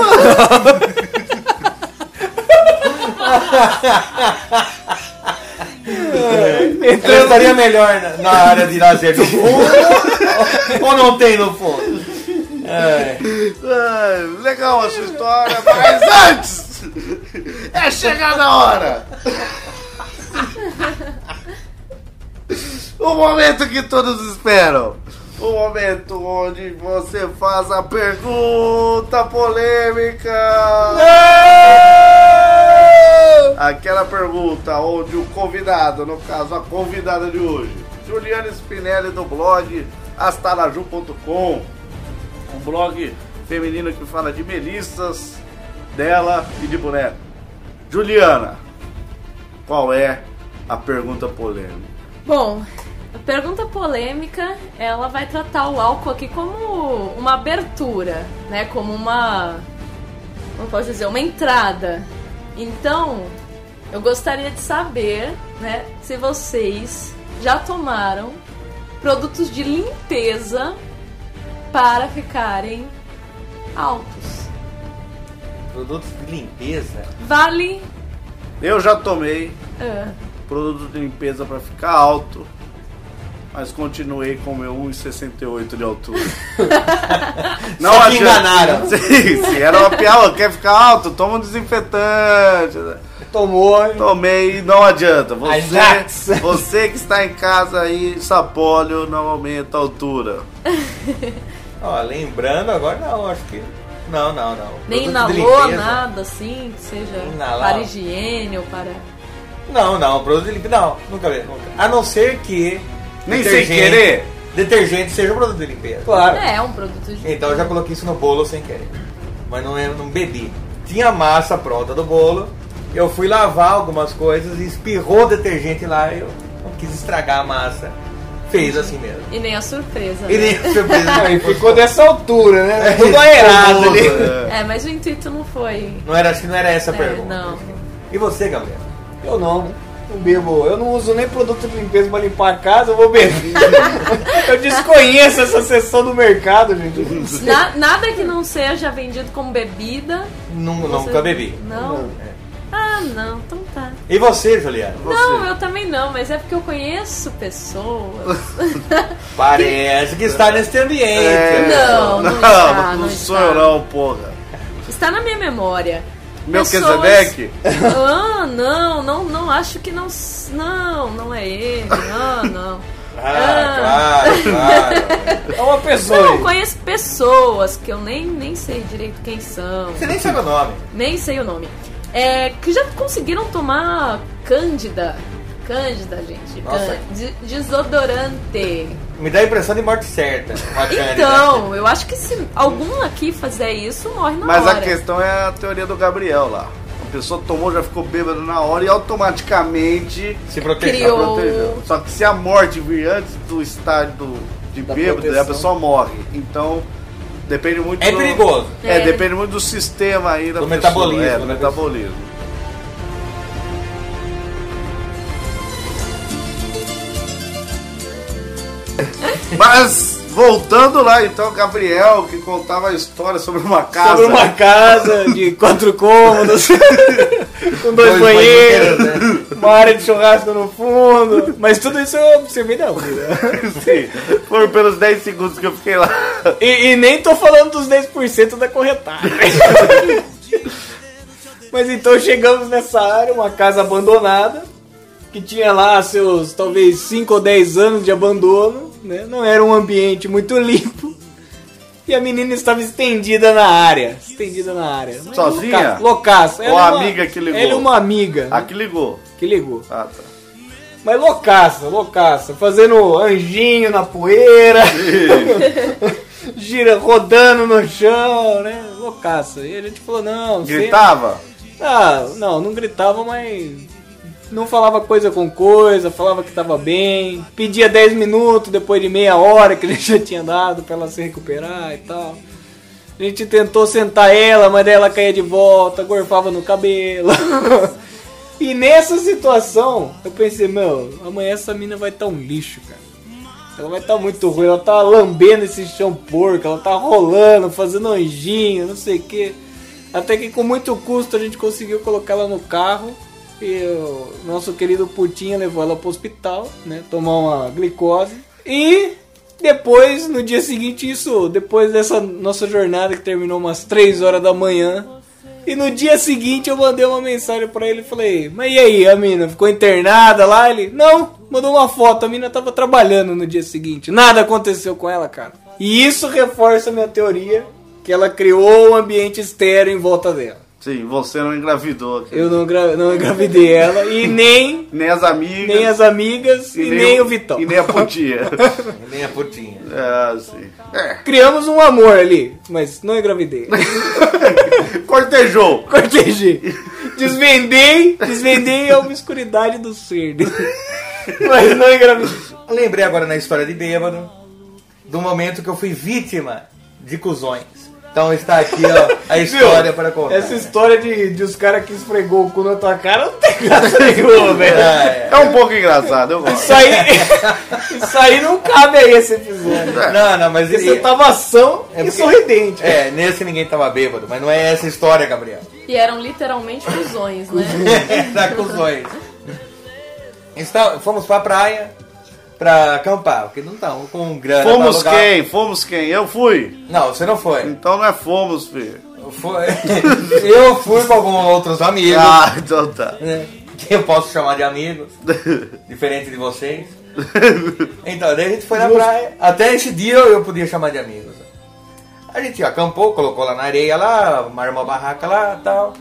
Ela estaria melhor na, na área de lazer do fundo ou não tem no fundo?
Ai, Ah, legal a sua história, mas antes é chegar na hora. O momento que todos esperam. O momento onde você faz a pergunta polêmica. Aquela pergunta onde o convidado, no caso a convidada de hoje, Juliana Spinelli do blog astalaju.com um blog feminino que fala de melissas, dela e de boneco. Juliana, qual é a pergunta polêmica?
Bom, a pergunta polêmica, ela vai tratar o álcool aqui como uma abertura, né? Como uma. Como eu posso dizer? Uma entrada. Então, eu gostaria de saber, né, se vocês já tomaram produtos de limpeza para ficarem altos.
Produtos de limpeza.
Vale.
Eu já tomei
ah,
produto de limpeza para ficar alto mas continuei com meu 1,68 de altura.
Só que enganaram.
Sim, sim, era uma piada. Quer ficar alto? Toma um desinfetante.
Tomou, hein?
Tomei e não adianta. Você,
Ajax.
você que está em casa aí, sapólio não aumenta a altura.
Ó, lembrando agora não, acho que. Não, não, não.
Nem
Produto de
inalou
limpeza.
nada assim, que seja
Inalar.
para higiene ou para.
Não, não, produto de limpeza. Não, nunca vi. nunca. A não ser que.
Nem sem
detergente-
querer.
Detergente seja um produto de limpeza.
Claro.
É, é um produto de.
Então eu já coloquei isso no bolo sem querer. Mas não, eu não bebi. Tinha a massa pronta do bolo. Eu fui lavar algumas coisas e espirrou o detergente lá. Eu não quis estragar a massa. Fez assim mesmo.
E nem a surpresa.
E
né?
nem surpresa.
Aí ficou dessa é altura, né? Tudo
aerado
aerado
ali.
ali.
É, mas o intuito não foi.
Não era, acho que não era essa a
É,
pergunta.
não.
E você, Gabriel?
Eu não. Não bebo. Eu não uso nem produto de limpeza pra limpar a casa, eu vou beber. eu desconheço essa seção do mercado, gente.
Na- nada que não seja vendido como bebida.
Nun-
você-
Nunca bebi.
Não? Ah, não, então tá.
E você, Juliano?
Não, eu também não, mas é porque eu conheço pessoas.
Parece que
É.
está nesse ambiente.
Não, não,
É, não,
está,
não
não
sou
está.
eu não, porra.
Está na minha memória.
Meu
Pessoas-
Quezebec?
Ah, não, não, não, acho que não. s- Não, não é ele. Não, não.
Ah, claro, claro.
É uma pessoa.
Não, conheço pessoas que eu nem, nem sei direito quem são.
Você nem sabe o nome.
Nem sei o nome. É, que já conseguiram tomar Cândida. Cândida, gente.
Nossa.
Cân- de- desodorante.
Me dá a impressão de morte certa. Uma né? cândida.
Então, eu acho que se algum aqui fizer isso, morre na
Mas
hora.
a questão é a teoria do Gabriel lá. A pessoa tomou, já ficou bêbada na hora e automaticamente
Se proteja.
tá
Criou. Eu-
protegendo. Só que se a morte vir antes do estádio de
Da
bêbado,
proteção.
a pessoa morre. Então, depende muito
É
do...
perigoso.
É,
É.
depende muito do sistema aí da
Do
pessoa,
metabolismo,
É, do
né?
metabolismo. Mas, voltando lá, então, Gabriel, que contava a história sobre uma casa.
Sobre uma casa de quatro cômodos, com dois,
Dois
banheiros,
banheiros, né?
uma área de churrasco no fundo. Mas tudo isso eu observei da vida.
Sim, foram pelos 10 segundos que eu fiquei lá.
E, e nem tô falando dos 10% da corretagem. Mas então chegamos nessa área, uma casa abandonada, que tinha lá seus talvez 5 ou 10 anos de abandono, né? Não era um ambiente muito limpo. E a menina estava estendida na área. Estendida na área. Mas
Sozinha?
louca- Loucaça.
Ou a
é uma-
amiga que ligou?
Ela é uma amiga né,
Aqui ligou.
que ligou.
Ah, tá.
Mas loucaça, loucaça. Fazendo anjinho na poeira. Gira, rodando no chão, né? Loucaça. E a gente falou, não, você-
Gritava?
Ah, não, não gritava, mas. Não falava coisa com coisa, falava que tava bem. Pedia 10 minutos depois de meia hora que a gente já tinha dado pra ela se recuperar e tal. A gente tentou sentar ela, mas daí ela caía de volta, gorfava no cabelo. e nessa situação, eu pensei, meu, amanhã essa mina vai estar um lixo, cara. Ela vai estar muito ruim, ela tá lambendo esse chão porco, ela tá rolando, fazendo anjinho, não sei o que. Até que com muito custo a gente conseguiu colocar ela no carro e o nosso querido Putinha levou ela pro hospital, né? Tomar uma glicose. E depois, no dia seguinte, isso, depois dessa nossa jornada que terminou umas 3 horas da manhã. E no dia seguinte eu mandei uma mensagem pra ele e falei, mas e aí, a mina ficou internada lá? Ele, não, mandou uma foto, a mina tava trabalhando no dia seguinte, nada aconteceu com ela, cara. E isso reforça a minha teoria que ela criou um ambiente estéreo em volta dela.
Sim, você não engravidou.
Eu não, gra- não engravidei ela e nem,
Nem as amigas.
nem as amigas e, nem, o Vitão.
E nem a putinha.
Nem a putinha.
é, sim. É,
Criamos um amor ali, mas não engravidei.
cortejou.
Cortejei. Desvendei, desvendei a obscuridade do ser. Mas não engravidei.
Lembrei agora na história de bêbado do momento que eu fui vítima de cuzões. Então está aqui ó, a história para contar.
Essa história de, de os caras que esfregou o cu na tua cara não tem graça nenhuma, velho.
Ah, é.
É um pouco engraçado, eu gosto.
Isso aí, isso aí não cabe aí esse episódio.
Não, não, mas
Porque Você
ele...
tava ação
É
e
porque-
sorridente.
É, nesse ninguém tava bêbado, mas não é essa a história, Gabriel.
E eram literalmente fusões, né?
Tá Era cuzões. Está, fomos pra Então, praia, pra acampar, porque não estão com grana pra
Fomos
alugar.
quem? Fomos quem? Eu fui.
Não, você não foi.
Então não é fomos, filho.
Foi- eu fui com alguns outros amigos,
Ah, então tá.
né, que eu posso chamar de amigo, diferente de vocês. Então, daí a gente foi na praia. Até esse dia eu podia chamar de amigos. A gente acampou, colocou lá na areia lá, armou a barraca lá tal.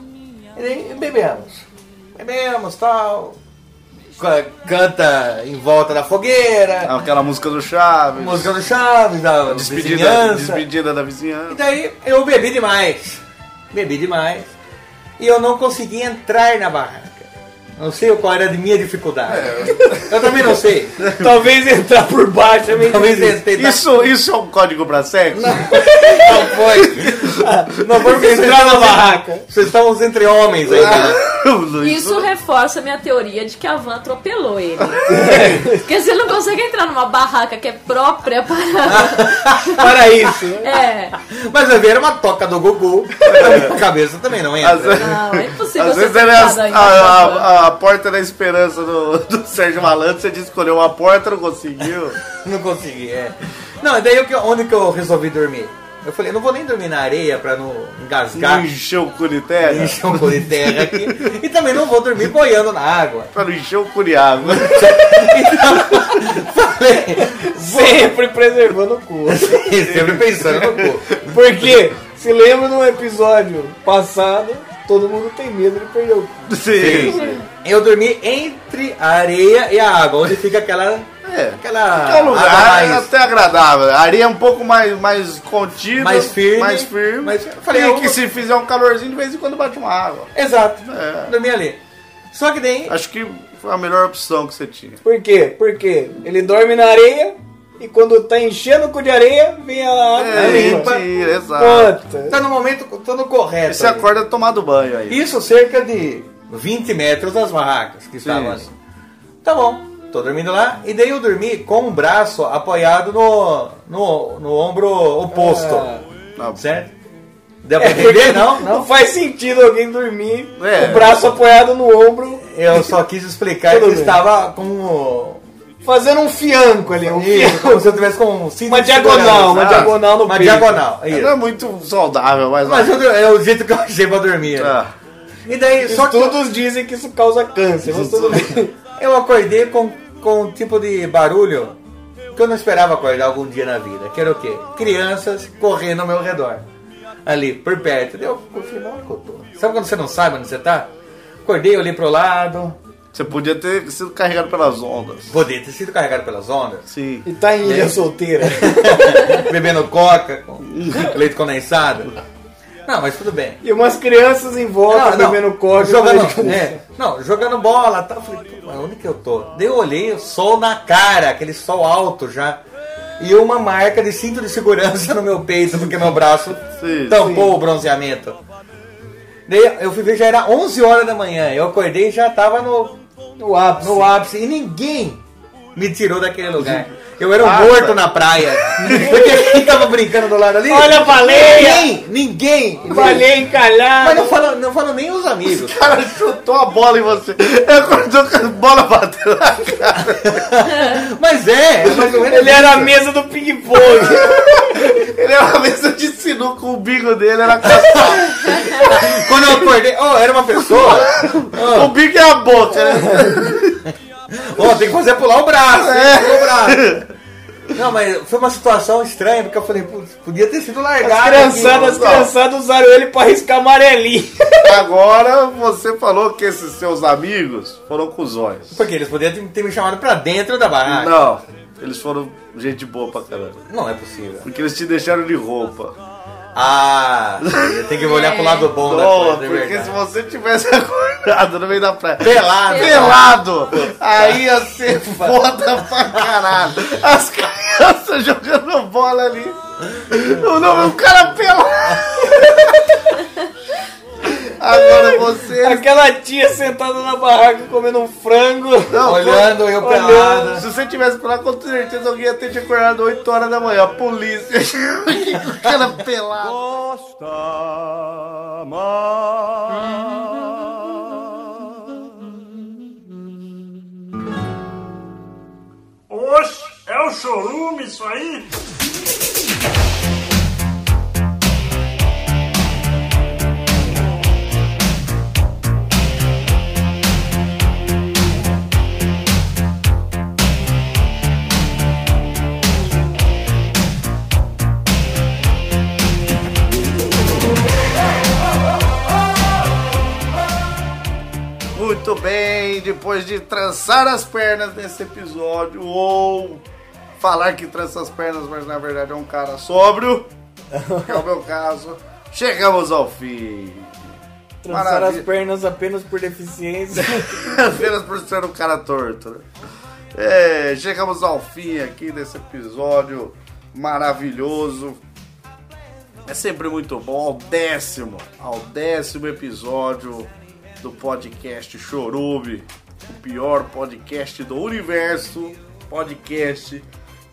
E daí bebemos. Bebemos tal. Ca- Canta em volta da fogueira.
É Aquela música do Chaves.
música do Chaves, da
Ah. Despedida,
vizinhança.
despedida da
E
vizinhança.
daí eu bebi demais. Bebi demais. E eu não consegui entrar na barraca. Não sei qual era a minha dificuldade. Eu também não sei.
Talvez entrar por baixo também.
Talvez entrei na-
Isso, isso é um código pra sexo?
Não tá, foi. Ah, Não foi porque vocês
Entrar na
estavam-
barraca.
Vocês estavam entre homens aí. né?
Luiz,
Isso reforça minha teoria de que a van atropelou ele. Porque você não consegue entrar numa barraca que é própria para.
Para isso.
É.
Mas eu vi era uma toca do Gugu. Na minha cabeça também não
Às
entra.
vezes,
Não, é impossível.
às
você
vezes
ter
era
entrado
a,
ainda né?
a-
na van.
a- a porta da esperança do, do Sérgio Malandro. Você disse que escolheu uma porta, não conseguiu.
Não consegui, é. Não, e daí eu que- onde que eu resolvi dormir? Eu falei, eu não vou nem dormir na areia pra não
Não
engasgar.
encheu o cu de terra.
Encher um cu de terra aqui. E também não vou dormir boiando na água.
Pra não encher o cu de água.
Sempre preservando o cu.
Sempre pensando no cu.
Porque, se lembra de um episódio passado, todo mundo tem medo de perder o cu.
Sim.
Eu dormi entre a areia e a água, onde fica aquela.
É.
Aquela.
Que é um
água
lugar
mais-
até agradável. A areia é um pouco mais, mais contida.
Mais firme.
Mais firme.
Mas eu falei,
e
eu-
que se fizer um calorzinho, de vez em quando bate uma água.
Exato.
É.
Dormi ali. Só que daí.
Acho que foi a melhor opção que você tinha.
Por quê? Porque ele dorme na areia e quando tá enchendo o cu de areia, vem a água
É,
limpa.
mentira, exato.
Puta.
Tá no momento tô no correto.
E você
ali.
acorda tomado banho aí.
Isso cerca de 20 metros das barracas que estavam ali.
Isso.
Tá bom, tô dormindo lá. E daí eu dormi com o braço apoiado no, no, no ombro oposto.
Ah.
Não.
Certo? Deu pra
É Porque
entender? Não, não.
faz sentido alguém dormir
É.
com o braço apoiado no ombro,
Eu só quis explicar que
Tudo
eu
bem.
estava com o-
fazendo um fianco ali. Um
Isso,
fianco.
como se eu tivesse com um cinto
Uma
de
diagonal,
segurança.
uma
Ah,
diagonal no
Uma
peito.
diagonal, isso.
Não é muito saudável, mas...
Mas eu- é o jeito que eu achei pra dormir. né?
Ah,
E daí, só que eu,
Todos dizem que isso causa câncer, mas tudo bem.
eu acordei com, com um tipo de barulho que eu não esperava acordar algum dia na vida. Que era o quê? Crianças correndo ao meu redor. Ali, por perto. Daí Eu confirmei onde que eu tô. Sabe quando você não sabe onde você tá? Acordei, olhei pro lado.
você podia ter sido carregado pelas ondas.
Poderia ter sido carregado pelas ondas.
Sim.
E tá em ilha solteira.
bebendo coca com leite condensado. Não, mas tudo bem.
E umas crianças em volta bebendo coca. né?
jogando, é, não, jogando bola, tá? Eu Falei, "Pô, mas onde que eu tô? Daí eu olhei, o sol na cara, aquele sol alto já. E uma marca de cinto de segurança no meu peito, porque meu braço
Sim,
tampou o bronzeamento. Daí eu fui ver, já era 11 horas da manhã. Eu acordei e já tava no,
No ápice.
no ápice. E ninguém me tirou daquele lugar. Eu era um
Ah,
morto
tá.
na praia. Porque quem tava brincando do lado ali?
Olha a baleia!
Ninguém! Ninguém!
Baleia encalhada.
Mas não falo, não falo nem os amigos.
O cara chutou a bola em você. Acordou com a bola batendo na cara.
Mas é, é mais ou menos
Ele era a mesa do ping-pong.
Ele era uma mesa de sinuca, o umbigo dele era caçado.
isso. Quando eu acordei, oh, era uma pessoa.
O umbigo é a boca, né?
Oh, tem que fazer pular o braço, tem que pular o braço. Não, mas foi uma situação estranha, porque eu falei, putz, podia ter sido largado.
As criançadas, as
aqui, ó.
criançadas usaram ele pra riscar amarelinho.
Agora você falou que esses seus amigos foram cuzões.
Porque eles podiam ter- ter me chamado pra dentro da barraca.
Não, eles foram gente boa pra caramba.
Não, é possível.
Porque eles te deixaram de roupa.
Ah, eu tenho que olhar pro lado bom da
Não,
coisa, é
porque
verdade.
se você tivesse acordado no meio da praia.
Pelado.
Pelado! Aí ia ser foda pra caralho. As crianças jogando bola ali. O nome do cara pelado. Agora você.
Aquela tia sentada na barraca comendo um frango.
Não,
Olhando eu pelado.
Se você tivesse por lá, com certeza alguém ia ter te acordado 8 horas da manhã. A polícia. o cara pelado.
Oi,
Oxe, é o chorume isso aí?
Muito bem, depois de trançar as pernas nesse episódio, ou falar que trança as pernas, mas na verdade é um cara sóbrio, que é o meu caso, chegamos ao fim.
Trançar as
Maravilha.
pernas apenas por deficiência.
Apenas por ser um cara torto. né? É, chegamos ao fim aqui desse episódio maravilhoso. É sempre muito bom. Ao décimo, ao décimo episódio do podcast Chorube, o pior podcast do universo. Podcast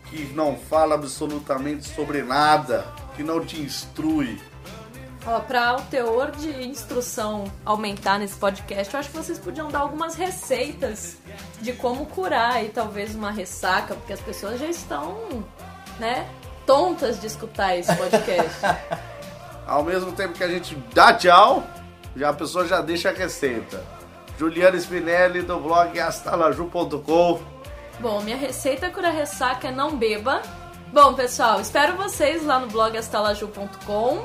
que não fala absolutamente sobre nada, que não te instrui.
Ó, pra o teor de instrução aumentar nesse podcast, eu acho que vocês podiam dar algumas receitas de como curar e talvez uma ressaca, porque as pessoas já estão, né, tontas de escutar esse podcast.
Ao mesmo tempo que a gente dá tchau, já a pessoa já deixa a receita. Juliana Spinelli do blog astalaju.com.
Bom, minha receita cura ressaca é não beba. Bom, pessoal, espero vocês lá no blog astalaju.com.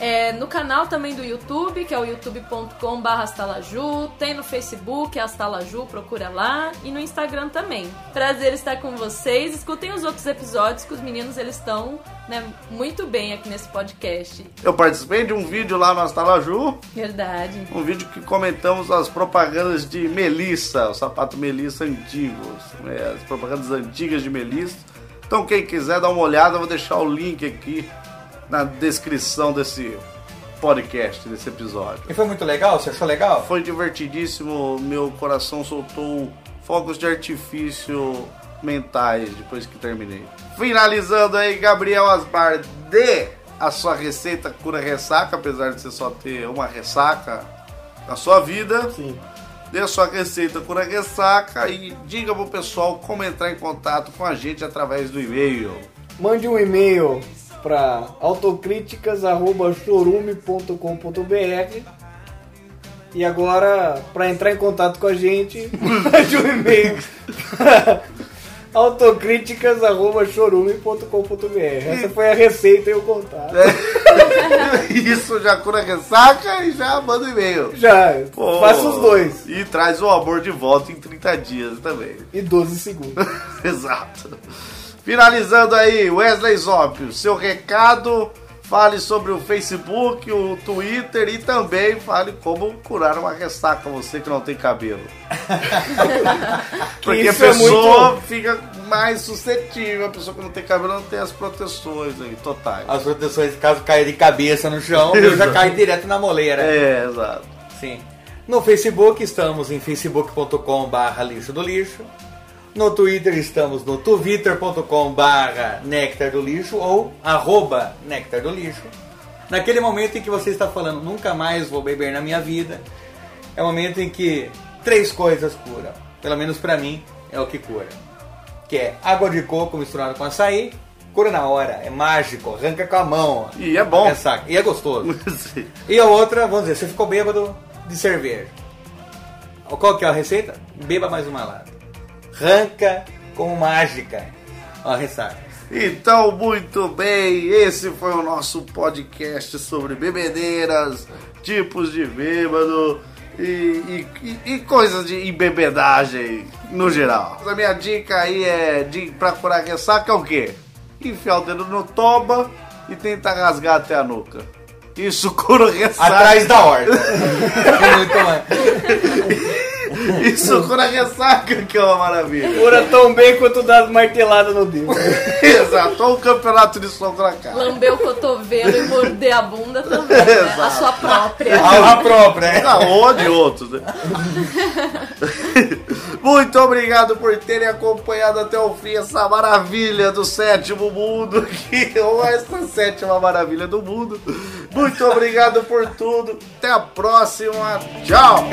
É, no canal também do YouTube, que é o youtube.com.br astalaju. Tem no Facebook, astalaju, procura lá. E no Instagram também. Prazer estar com vocês. Escutem os outros episódios, que os meninos eles estão né, muito bem aqui nesse podcast.
Eu participei de um vídeo lá no Astalaju,
Verdade.
um vídeo que comentamos as propagandas de Melissa, o sapato Melissa antigos, né, as propagandas antigas de Melissa. Então quem quiser dar uma olhada, eu vou deixar o link aqui na descrição desse podcast, desse episódio.
E foi muito legal? Você achou legal?
Foi divertidíssimo, meu coração soltou fogos de artifício mentais depois que terminei. Finalizando aí, Gabriel Asbar, dê a sua receita cura ressaca, apesar de você só ter uma ressaca na sua vida. Sim. Dê a sua receita cura ressaca e diga pro pessoal como entrar em contato com a gente através do e-mail.
Mande um e-mail para autocríticas.chorume.com.br E agora, para entrar em contato com a gente, mande um e-mail para autocríticas.chorume.com.br Essa foi a receita e o contato.
Isso já cura ressaca e já manda um e-mail.
Já,
Pô,
faça os dois.
E traz o amor de volta em 30 dias também.
E 12 segundos.
Exato. Finalizando aí, Wesley Zop, seu recado, fale sobre o Facebook, o Twitter e também fale como curar uma ressaca, você que não tem cabelo. Porque a
isso é
pessoa
muito-
fica mais suscetível, a pessoa que não tem cabelo não tem as proteções aí, totais.
Ah,
As proteções, caso caia de cabeça no chão, eu já
Exato.
caio direto na moleira.
É, exato.
Sim. No Facebook estamos em facebook.com barra lixo do lixo. No Twitter estamos no twitter.com barra néctar do lixo ou arroba néctar do lixo. Naquele momento em que você está falando nunca mais vou beber na minha vida, é o momento em que três coisas curam. Pelo menos pra mim é o que cura. Que é água de coco misturada com açaí, cura na hora, é mágico, arranca com a mão.
E é bom.
Saca? E é gostoso.
Sim.
E a outra, vamos dizer, você ficou bêbado de cerveja. Qual que é a receita? Beba mais uma lata. Ranca com mágica. Ó, ressaca.
Então, muito bem, esse foi o nosso podcast sobre bebedeiras, tipos de bêbado e, e- e- e coisas de embebedagem no geral. A minha dica aí é de pra curar ressaca é o quê? Enfiar o dedo no toba e tentar rasgar até a nuca. Isso cura ressaca.
Atrás da horta. Muito mais.
Isso cura ressaca, que é uma maravilha.
Cura tão bem quanto dá martelada no dedo.
Exato, olha o campeonato de soco na cara.
Lamber o cotovelo e morder a bunda também, né? A sua própria.
A própria. né?
Não, ou de outros, né? Muito obrigado por terem acompanhado até o fim essa maravilha do sétimo mundo, que- ou essa sétima maravilha do mundo. Muito obrigado por tudo. Até a próxima. Tchau.